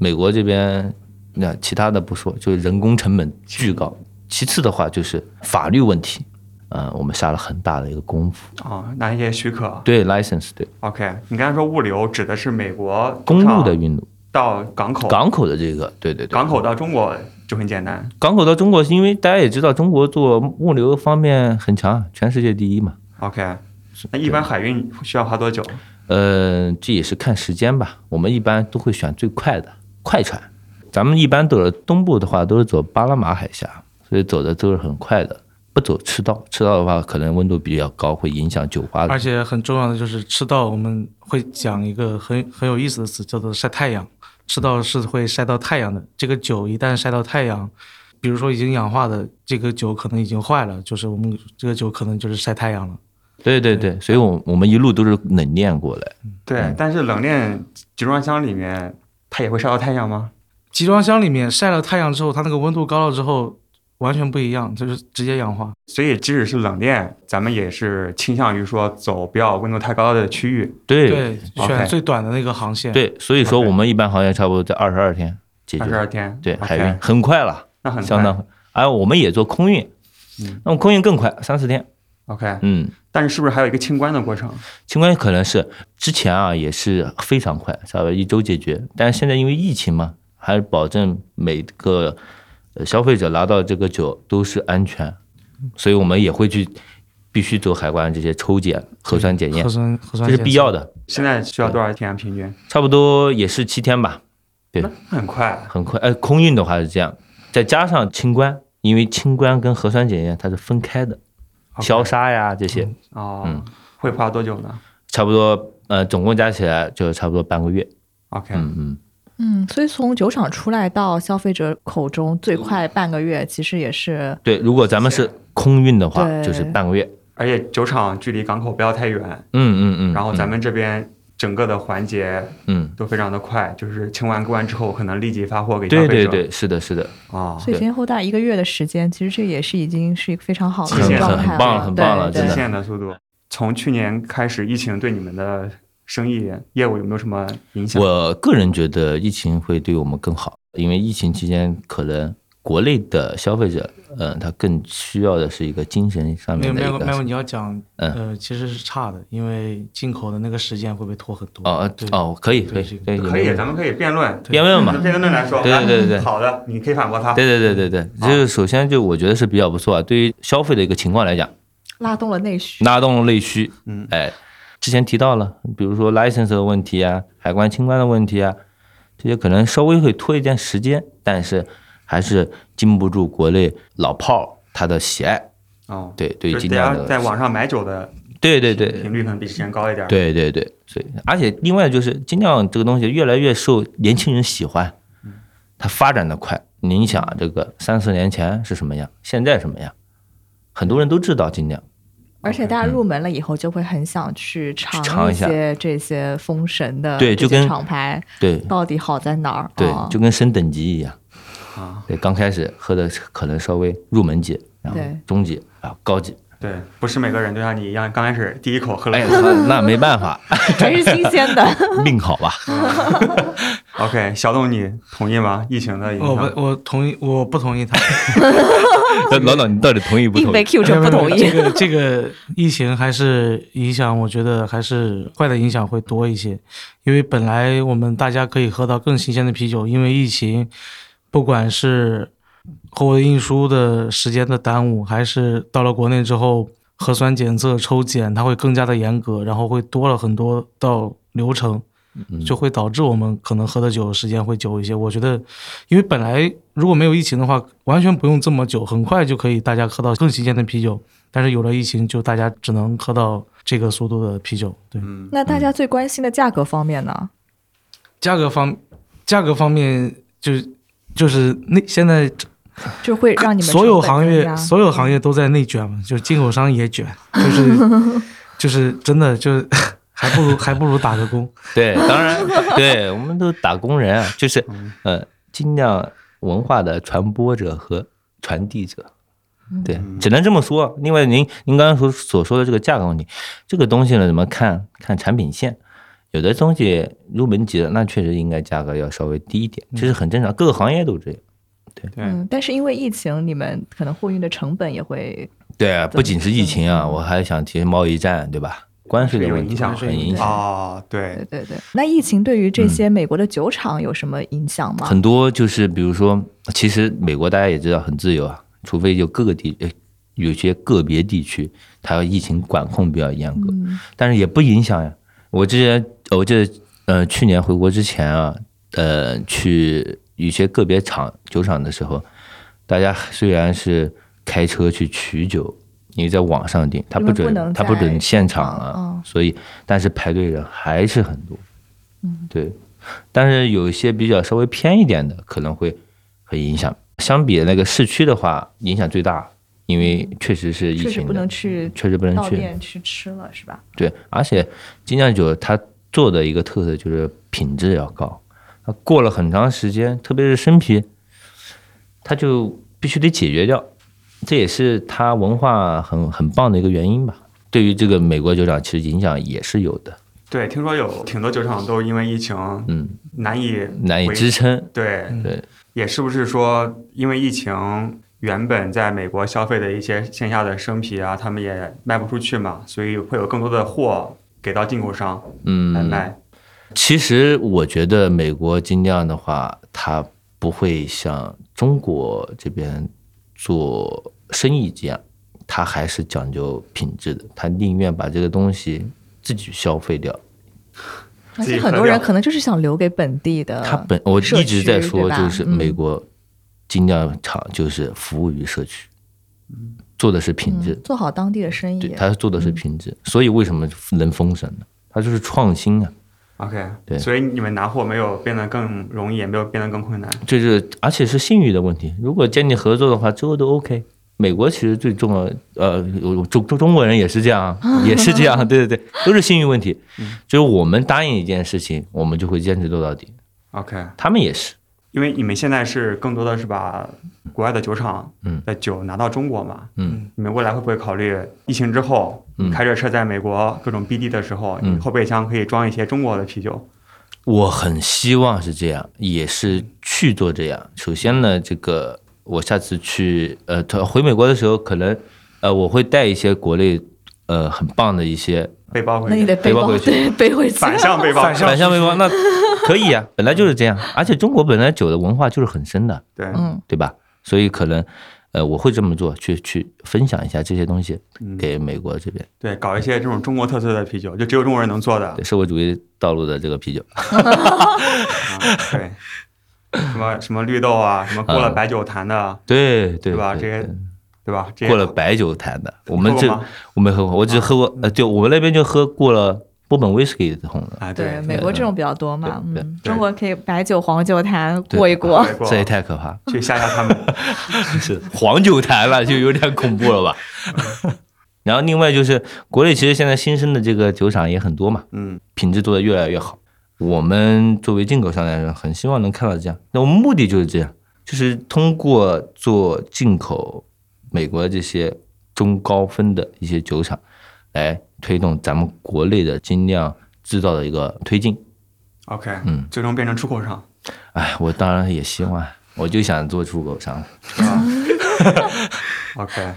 Speaker 4: 美国这边那其他的不说，就是人工成本巨高。其次的话就是法律问题，呃，我们下了很大的一个功夫。
Speaker 2: 啊，拿一些许可。
Speaker 4: 对，license 对
Speaker 2: OK，你刚才说物流指的是美国
Speaker 4: 公路的
Speaker 2: 上
Speaker 4: 运输，
Speaker 2: 到港口，
Speaker 4: 港口的这个，对对对，
Speaker 2: 港口到中国就很简单。
Speaker 4: 港口到中国，因为大家也知道，中国做物流方面很强，啊，全世界第一嘛。
Speaker 2: OK，那一般海运需要花多久？
Speaker 4: 呃，这也是看时间吧。我们一般都会选最快的快船。咱们一般走的东部的话，都是走巴拿马海峡，所以走的都是很快的，不走赤道。赤道的话，可能温度比较高，会影响酒花的
Speaker 5: 而。且很重要的就是赤道，我们会讲一个很很有意思的词，叫做晒太阳。赤道是会晒到太阳的，这个酒一旦晒到太阳，比如说已经氧化的这个酒可能已经坏了，就是我们这个酒可能就是晒太阳了。
Speaker 4: 对对对，所以我我们一路都是冷链过来。
Speaker 2: 对，但是冷链集装箱里面它也会晒到太阳吗？
Speaker 5: 集装箱里面晒了太阳之后，它那个温度高了之后完全不一样，就是直接氧化。
Speaker 2: 所以即使是冷链，咱们也是倾向于说走不要温度太高的区域。
Speaker 4: 对
Speaker 5: 对，
Speaker 2: OK
Speaker 5: 选最短的那个航线。，
Speaker 4: 对，所以说
Speaker 2: OK
Speaker 4: 我们一般行业差不多在二十二天解决
Speaker 2: 二十。二天，
Speaker 4: 对，
Speaker 2: OK，
Speaker 4: 海运很快了，
Speaker 2: 那很
Speaker 4: 相
Speaker 2: 快
Speaker 4: 当快。哎，我们也做空运
Speaker 2: 嗯，
Speaker 4: 那么空运更快，三四天。
Speaker 2: OK。
Speaker 4: 嗯，
Speaker 2: 但是是不是还有一个清关的过程？
Speaker 4: 清关可能是之前啊也是非常快，差不多一周解决，但是现在因为疫情嘛，还是保证每个呃消费者拿到这个酒都是安全，所以我们也会去必须走海关这些抽检、核酸检验
Speaker 5: 核，酸核酸
Speaker 4: 这是
Speaker 5: 检
Speaker 4: 必
Speaker 5: 测
Speaker 4: 要的，
Speaker 2: 现在需要多少天啊平均？
Speaker 4: 差不多也是七天吧。对
Speaker 2: 很快。
Speaker 4: 很快。呃，空运的话是这样，再加上清关，因为清关跟核酸检验它是分开的，消杀呀这些，
Speaker 2: 哦
Speaker 4: 嗯，
Speaker 2: 会花多久呢
Speaker 4: 差不多呃总共加起来就差不多半个月。
Speaker 2: ？OK，
Speaker 4: 嗯嗯，
Speaker 3: 嗯，所以从酒厂出来到消费者口中最快半个月，其实也是
Speaker 4: 对，如果咱们是空运的话，
Speaker 3: 对
Speaker 4: 就是半个月。
Speaker 2: 而且酒厂距离港口不要太远，
Speaker 4: 嗯嗯嗯。
Speaker 2: 然后咱
Speaker 4: 嗯
Speaker 2: 们这边整个的环节
Speaker 4: 嗯，
Speaker 2: 都非常的快，就是清完关之后可能立即发货给消
Speaker 4: 对
Speaker 2: 费者。
Speaker 4: 对对，是的，是的，
Speaker 2: 啊，
Speaker 3: 所以前后大一个月的时间，其实这也是已经是一个非常好的
Speaker 2: 很
Speaker 3: 状
Speaker 2: 很
Speaker 3: 态
Speaker 4: 棒了很棒了
Speaker 3: 对
Speaker 4: 真
Speaker 2: 极
Speaker 4: 的
Speaker 3: 对。
Speaker 2: 限的速度。从去年开始，疫情对你们的生意业务有没有什么影响？
Speaker 4: 我个人觉得疫情会对我们更好，因为疫情期间可能国内的消费者，嗯、他更需要的是一个精神上
Speaker 5: 没有
Speaker 4: 面的
Speaker 5: 没
Speaker 4: 一
Speaker 5: 有
Speaker 4: 个
Speaker 5: 没有，你要讲，
Speaker 4: 嗯
Speaker 5: 呃，其实是差的，因为进口的那个时间会被拖很多。
Speaker 4: 哦
Speaker 5: 对，
Speaker 4: 哦，可以可
Speaker 5: 对
Speaker 4: 以
Speaker 5: 这个
Speaker 4: 可以，
Speaker 2: 可
Speaker 4: 没
Speaker 2: 以，
Speaker 4: 问
Speaker 2: 咱们可以辩论，
Speaker 4: (laughs) 题辩论嘛
Speaker 2: 那，辩论来说，嗯
Speaker 4: 对对对对对
Speaker 2: 好的，你可以反驳他。
Speaker 4: 对对对对
Speaker 2: 嗯
Speaker 4: 对，就是首先就我觉得是比较不错啊，对于消费的一个情况来讲，
Speaker 3: 拉动了内需。
Speaker 4: 拉动了内需。
Speaker 2: 嗯，
Speaker 4: 哎，之前提到了，比如说 license 的问题啊，海关清关的问题啊，这些可能稍微会拖一点时间，但是还是经不住国内老炮儿他的喜爱。
Speaker 2: 哦，
Speaker 4: 对对，
Speaker 2: 就是
Speaker 4: 经
Speaker 2: 大
Speaker 4: 常
Speaker 2: 家在嗯
Speaker 4: 的，
Speaker 2: 网上买酒的
Speaker 4: 对对对
Speaker 2: 频率可能比之前高一点。，
Speaker 4: 对对对，所以而且另外就是精酿这个东西越来越受年轻人喜欢，它发展的快。您想啊这个三四年前是什么样，现在什么样，很多人都知道精酿。
Speaker 3: 而且大家入门了以后，就会很想去尝
Speaker 4: 嗯尝一下
Speaker 3: 些这些封神的
Speaker 4: 对
Speaker 3: 这
Speaker 4: 就
Speaker 3: 些
Speaker 4: 跟
Speaker 3: 厂牌
Speaker 4: 对
Speaker 3: 到底好在哪儿？
Speaker 4: (laughs) 对
Speaker 3: 啊，
Speaker 4: 就跟升等级一样
Speaker 2: 啊。
Speaker 4: 对，刚开始喝的可能稍微入门级，然后
Speaker 3: 对
Speaker 4: 中级啊高级。 (laughs)
Speaker 2: 对，不是每个人都像你一样，刚开始第一口喝了
Speaker 4: 哎呀
Speaker 2: 酒。，
Speaker 4: 那没办法， (laughs)
Speaker 3: 嗯全是新鲜的。
Speaker 4: 命好吧？
Speaker 2: OK，小董，你同意吗？疫情的影
Speaker 5: 我
Speaker 2: 响
Speaker 5: 哦不，我同意，我不同意他。
Speaker 4: 老老，你到底同意 (laughs) 不
Speaker 3: 并
Speaker 4: 同
Speaker 3: 被
Speaker 4: 意？
Speaker 3: Q 成不同
Speaker 5: 这
Speaker 3: 意。
Speaker 5: 个这个疫情还是影响，我觉得还是坏的影响会多一些，因为本来我们大家可以喝到更新鲜的啤酒，因为疫情，不管是货物运输的时间的耽误，还是到了国内之后核酸检测、抽检，它会更加的严格，然后会多了很多道流程。
Speaker 4: 嗯
Speaker 5: 就会导致我们可能喝的酒时间会久一些。我觉得，因为本来如果没有疫情的话，完全不用这么久，很快就可以大家喝到更新鲜的啤酒。但是有了疫情，就大家只能喝到这个速度的啤酒。对，
Speaker 3: (laughs)
Speaker 2: 嗯
Speaker 3: 那大家最关心的价格方面呢？
Speaker 5: 价格方价格方面就就是内现在
Speaker 3: 就会让你们
Speaker 5: 所有
Speaker 3: 成本
Speaker 5: 行
Speaker 3: 增
Speaker 5: 业
Speaker 3: 加
Speaker 5: 所有行业都在内卷嘛，就是进口商也卷，就是
Speaker 3: (laughs)
Speaker 5: 就是真的就是还不如还不如打个工。
Speaker 4: (laughs) 对，当然，对我们都打工人啊，就是呃，尽量文化的传播者和传递者，对，只能这么说。另外您，您刚刚所所说的这个价格问题，这个东西呢，怎么看看产品线？有的东西入门级的，那确实应该价格要稍微低一点，这是很正常，各个行业都这样。
Speaker 2: 对，
Speaker 3: 嗯，但是因为疫情，你们可能货运的成本也会
Speaker 4: 对啊，不仅是疫情啊，我还想提贸易战，对吧？关税的
Speaker 2: 有
Speaker 4: 问题
Speaker 2: 影响
Speaker 4: 很影响。
Speaker 2: 哦，对
Speaker 3: 对，对对。那疫情对于这些美国的酒厂有什么影响吗？
Speaker 4: 很多就是比如说，其实美国大家也知道很自由啊，除非有各个地，呃有些个别地区它要疫情管控比较严格，
Speaker 3: 嗯
Speaker 4: 但是也不影响呀。我之前我记得，呃，去年回国之前啊，呃，去一些个别厂酒厂的时候，大家虽然是开车去取酒，你在网上订，他
Speaker 3: 因
Speaker 4: 不
Speaker 3: 为
Speaker 4: 准
Speaker 3: 不能
Speaker 4: 他不
Speaker 3: 在
Speaker 4: 准现场啊，
Speaker 3: 嗯
Speaker 4: 所以但是排队人还是很多，嗯，对。但是有一些比较稍微偏一点的，可能会很影响。相比那个市区的话，影响最大，因为确实是疫
Speaker 3: 嗯确实
Speaker 4: 情
Speaker 3: 不能
Speaker 4: 的，嗯
Speaker 3: 去
Speaker 4: 确实不能
Speaker 3: 到
Speaker 4: 去。
Speaker 3: 店去吃了，是吧？
Speaker 4: 对，而且精酿酒它做的一个特色就是品质要高，它过了很长时间，特别是生啤，它就必须得解决掉，这也是它文化很很棒的一个原因吧。对于这个美国酒厂，其实影响也是有的，
Speaker 2: 对，听说有挺多酒厂都因为疫情
Speaker 4: 嗯，
Speaker 2: 难以
Speaker 4: 难以
Speaker 2: 维
Speaker 4: 支撑。
Speaker 2: 对
Speaker 4: 对，
Speaker 2: 也是不是说因为疫情，原本在美国消费的一些线下的生啤啊，他们也卖不出去嘛，所以会有更多的货给到进口商来
Speaker 4: 嗯，
Speaker 2: 卖。
Speaker 4: 其实我觉得美国精酿的话，它不会像中国这边做生意这样，它还是讲究品质的，它宁愿把这个东西自己消费掉。
Speaker 3: 而
Speaker 2: 自
Speaker 3: 且
Speaker 2: 己
Speaker 3: 很
Speaker 2: 喝
Speaker 3: 多人
Speaker 2: 掉
Speaker 3: 可能就是想留给本地的社区，
Speaker 4: 它本我一直在
Speaker 3: 对
Speaker 4: 说，
Speaker 3: 吧
Speaker 4: 就是美
Speaker 3: 嗯
Speaker 4: 国精酿厂就是服务于社区，做的是品质
Speaker 3: 嗯，做好当地的生
Speaker 4: 对，
Speaker 3: 意。
Speaker 4: 它做的是品质，所以为什么能封神呢？它就是创新啊。
Speaker 2: OK，
Speaker 4: 对
Speaker 2: 所以你们拿货没有变得更容易，也没有变得更困难。
Speaker 4: 这是而且是信誉的问题。如果建立合作的话，之后都 OK。美国其实最重要，呃，有中中中国人也是这样，啊也是这样，对对对，都是信誉问题。就是我们答应一件事情，我们就会坚持做到底。
Speaker 2: OK，
Speaker 4: 他们也是，
Speaker 2: 因为你们现在是更多的是把国外的酒厂
Speaker 4: 嗯
Speaker 2: 的酒拿到中国嘛，
Speaker 4: 嗯，
Speaker 2: 你们未来会不会考虑疫情之后，
Speaker 4: 嗯
Speaker 2: 开着车在美国各种 BD 的时候，
Speaker 4: 嗯
Speaker 2: 你后备箱可以装一些中国的啤酒？
Speaker 4: 我很希望是这样，也是去做这样。首先呢，这个我下次去呃，他回美国的时候，可能呃，我会带一些国内呃很棒的一些
Speaker 2: 背包回
Speaker 3: 那你
Speaker 2: 去，
Speaker 3: 得背
Speaker 4: 背包
Speaker 3: 包
Speaker 4: 回去
Speaker 3: 对 (laughs) 背回去，
Speaker 2: 反向背包，
Speaker 5: 反向
Speaker 4: 反向背包，
Speaker 2: (laughs)
Speaker 4: 那可以啊，本来就是这样。而且中国本来酒的文化就是很深的，
Speaker 2: 对，
Speaker 3: 嗯，
Speaker 4: 对吧？所以可能，呃，我会这么做，去去分享一下这些东西给美国这边，
Speaker 2: 嗯对，搞一些这种中国特色的啤酒，就只有中国人能做的。
Speaker 4: 对社会主义道路的这个啤酒。
Speaker 2: 啊对，什么什么绿豆啊，什么过
Speaker 4: 嗯
Speaker 2: 了白酒坛的，
Speaker 4: 对对
Speaker 2: 对吧？这
Speaker 4: 对
Speaker 2: 些，对吧？这些
Speaker 4: 过了白酒坛的，我们
Speaker 2: 喝过
Speaker 4: 这
Speaker 2: 吗啊
Speaker 4: 我没喝过，我只喝过，呃，对我们那边就喝过了波本威士忌红的，
Speaker 2: 啊，
Speaker 3: 对
Speaker 2: 对，
Speaker 3: 美国这种比较多嘛，
Speaker 4: 对对
Speaker 3: 嗯，
Speaker 2: 对
Speaker 3: 中国可以白酒、黄酒坛
Speaker 4: 对
Speaker 3: 过一过，
Speaker 2: 对过
Speaker 4: 这也太可怕了，
Speaker 2: 去吓吓他们。
Speaker 4: 是黄酒坛了，就有点恐怖了吧？
Speaker 2: (laughs)
Speaker 4: 然后另外就是国内其实现在新生的这个酒厂也很多嘛，
Speaker 2: 嗯，
Speaker 4: 品质做得越来越好。我们作为进口商来说，很希望能看到这样。那我们目的就是这样，就是通过做进口美国这些中高分的一些酒厂，来推动咱们国内的精酿制造的一个推进。
Speaker 2: OK，
Speaker 4: 嗯
Speaker 2: 最终变成出口商，
Speaker 4: 哎，我当然也希望，我就想做出口商。
Speaker 2: 是吧？OK，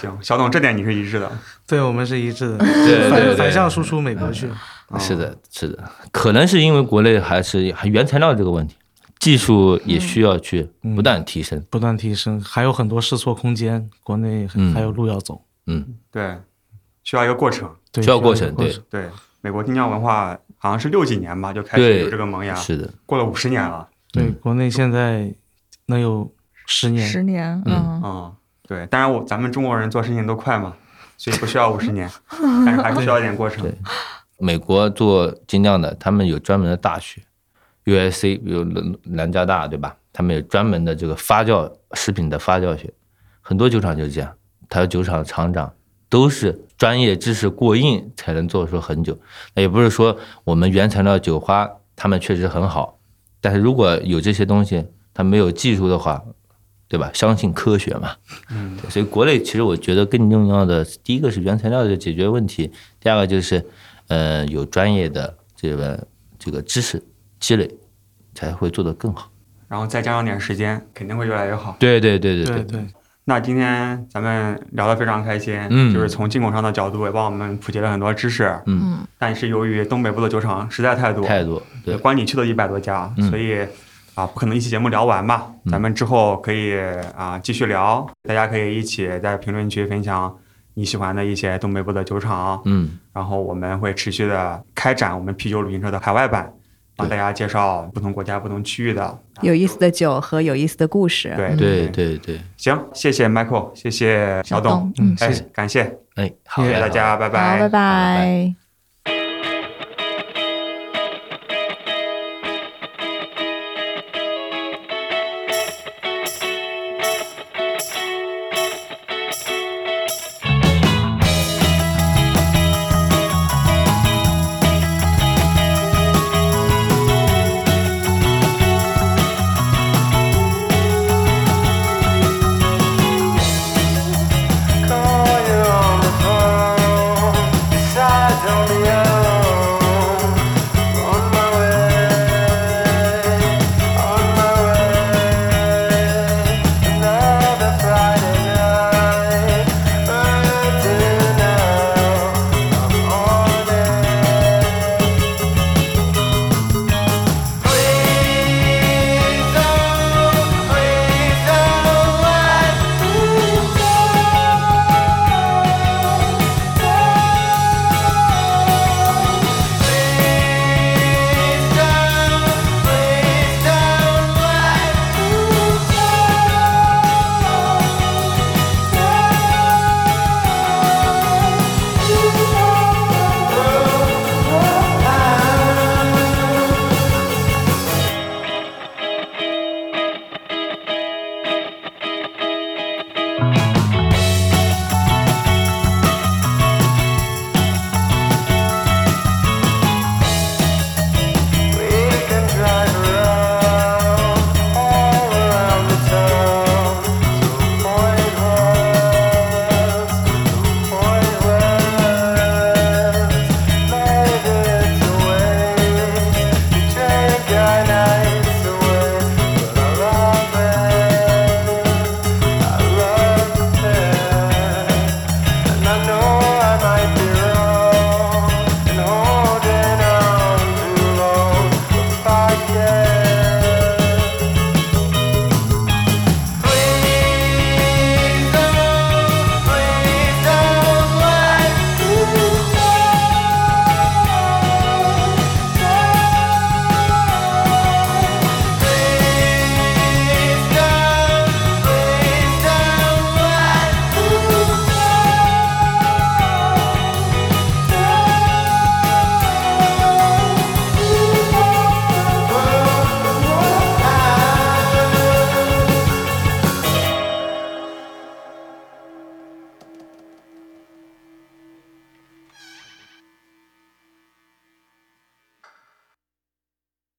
Speaker 2: 行，小董，这点你是一致的。
Speaker 5: 对我们是一致的，
Speaker 4: 对对对
Speaker 5: 反反向输出美国去。
Speaker 2: 啊
Speaker 4: 是，的，是的，可能是因为国内还是还原材料这个问题，技术也需要去不断提升。
Speaker 5: 不断提升，还有很多试错空间，国内
Speaker 4: 嗯
Speaker 5: 还有路要走，
Speaker 4: 嗯，
Speaker 2: 对，需要一个过程。
Speaker 5: 对，
Speaker 4: 需要过
Speaker 5: 一个
Speaker 4: 程
Speaker 5: 过
Speaker 4: 对
Speaker 5: 程，
Speaker 2: 对，美国精酿文化好像是六几年吧就开始
Speaker 4: 对
Speaker 2: 有这个萌芽，
Speaker 4: 是的，
Speaker 2: 过了五十年了。
Speaker 5: 对，
Speaker 4: 嗯
Speaker 5: 国内现在能有十年，
Speaker 3: 十年，
Speaker 4: 嗯
Speaker 3: 嗯，
Speaker 2: 嗯，对，当然我咱们中国人做事情都快嘛，所以不需要五十年， (laughs) 但是还是需要一点过程
Speaker 4: 对。美国做精酿的，他们有专门的大学，U S C 有南南加大对吧？他们有专门的这个发酵食品的发酵学，很多酒厂就是这样，他酒厂厂长都是专业知识过硬才能做出很久。那也不是说我们原材料酒花他们确实很好，但是如果有这些东西，他没有技术的话，对吧？相信科学嘛。嗯。所以国内其实我觉得更重要的，第一个是原材料的解决问题，第二个就是呃有专业的这个这个知识积累，才会做得更好。
Speaker 2: 然后再加上点时间，肯定会越来越好。
Speaker 4: 对对对对
Speaker 5: 对对，
Speaker 2: 那今天咱们聊得非常开心，
Speaker 4: 嗯
Speaker 2: 就是从进口商的角度也帮我们普及了很多知识。
Speaker 3: 嗯，
Speaker 2: 但是由于东北部的酒厂实在太多，
Speaker 4: 态度对。
Speaker 2: 关你去都一百多家，
Speaker 4: 嗯
Speaker 2: 所以啊，不可能一期节目聊完吧？
Speaker 4: 嗯
Speaker 2: 咱们之后可以啊继续聊，大家可以一起在评论区分享你喜欢的一些东北部的酒厂，
Speaker 4: 嗯，
Speaker 2: 然后我们会持续的开展我们啤酒旅行社的海外版，帮大家介绍不同国家、不同区域的
Speaker 3: 有意思的酒和有意思的故事。
Speaker 2: 对
Speaker 4: 对对对，
Speaker 2: 行，谢谢 Michael，谢谢小
Speaker 3: 小董
Speaker 2: 董，
Speaker 3: 嗯
Speaker 2: 哎
Speaker 4: 谢谢，
Speaker 2: 感谢，
Speaker 4: 哎，好
Speaker 2: 谢谢
Speaker 4: 呀
Speaker 2: 大家，拜
Speaker 3: 好，拜拜
Speaker 4: 拜。
Speaker 6: I love her, and I know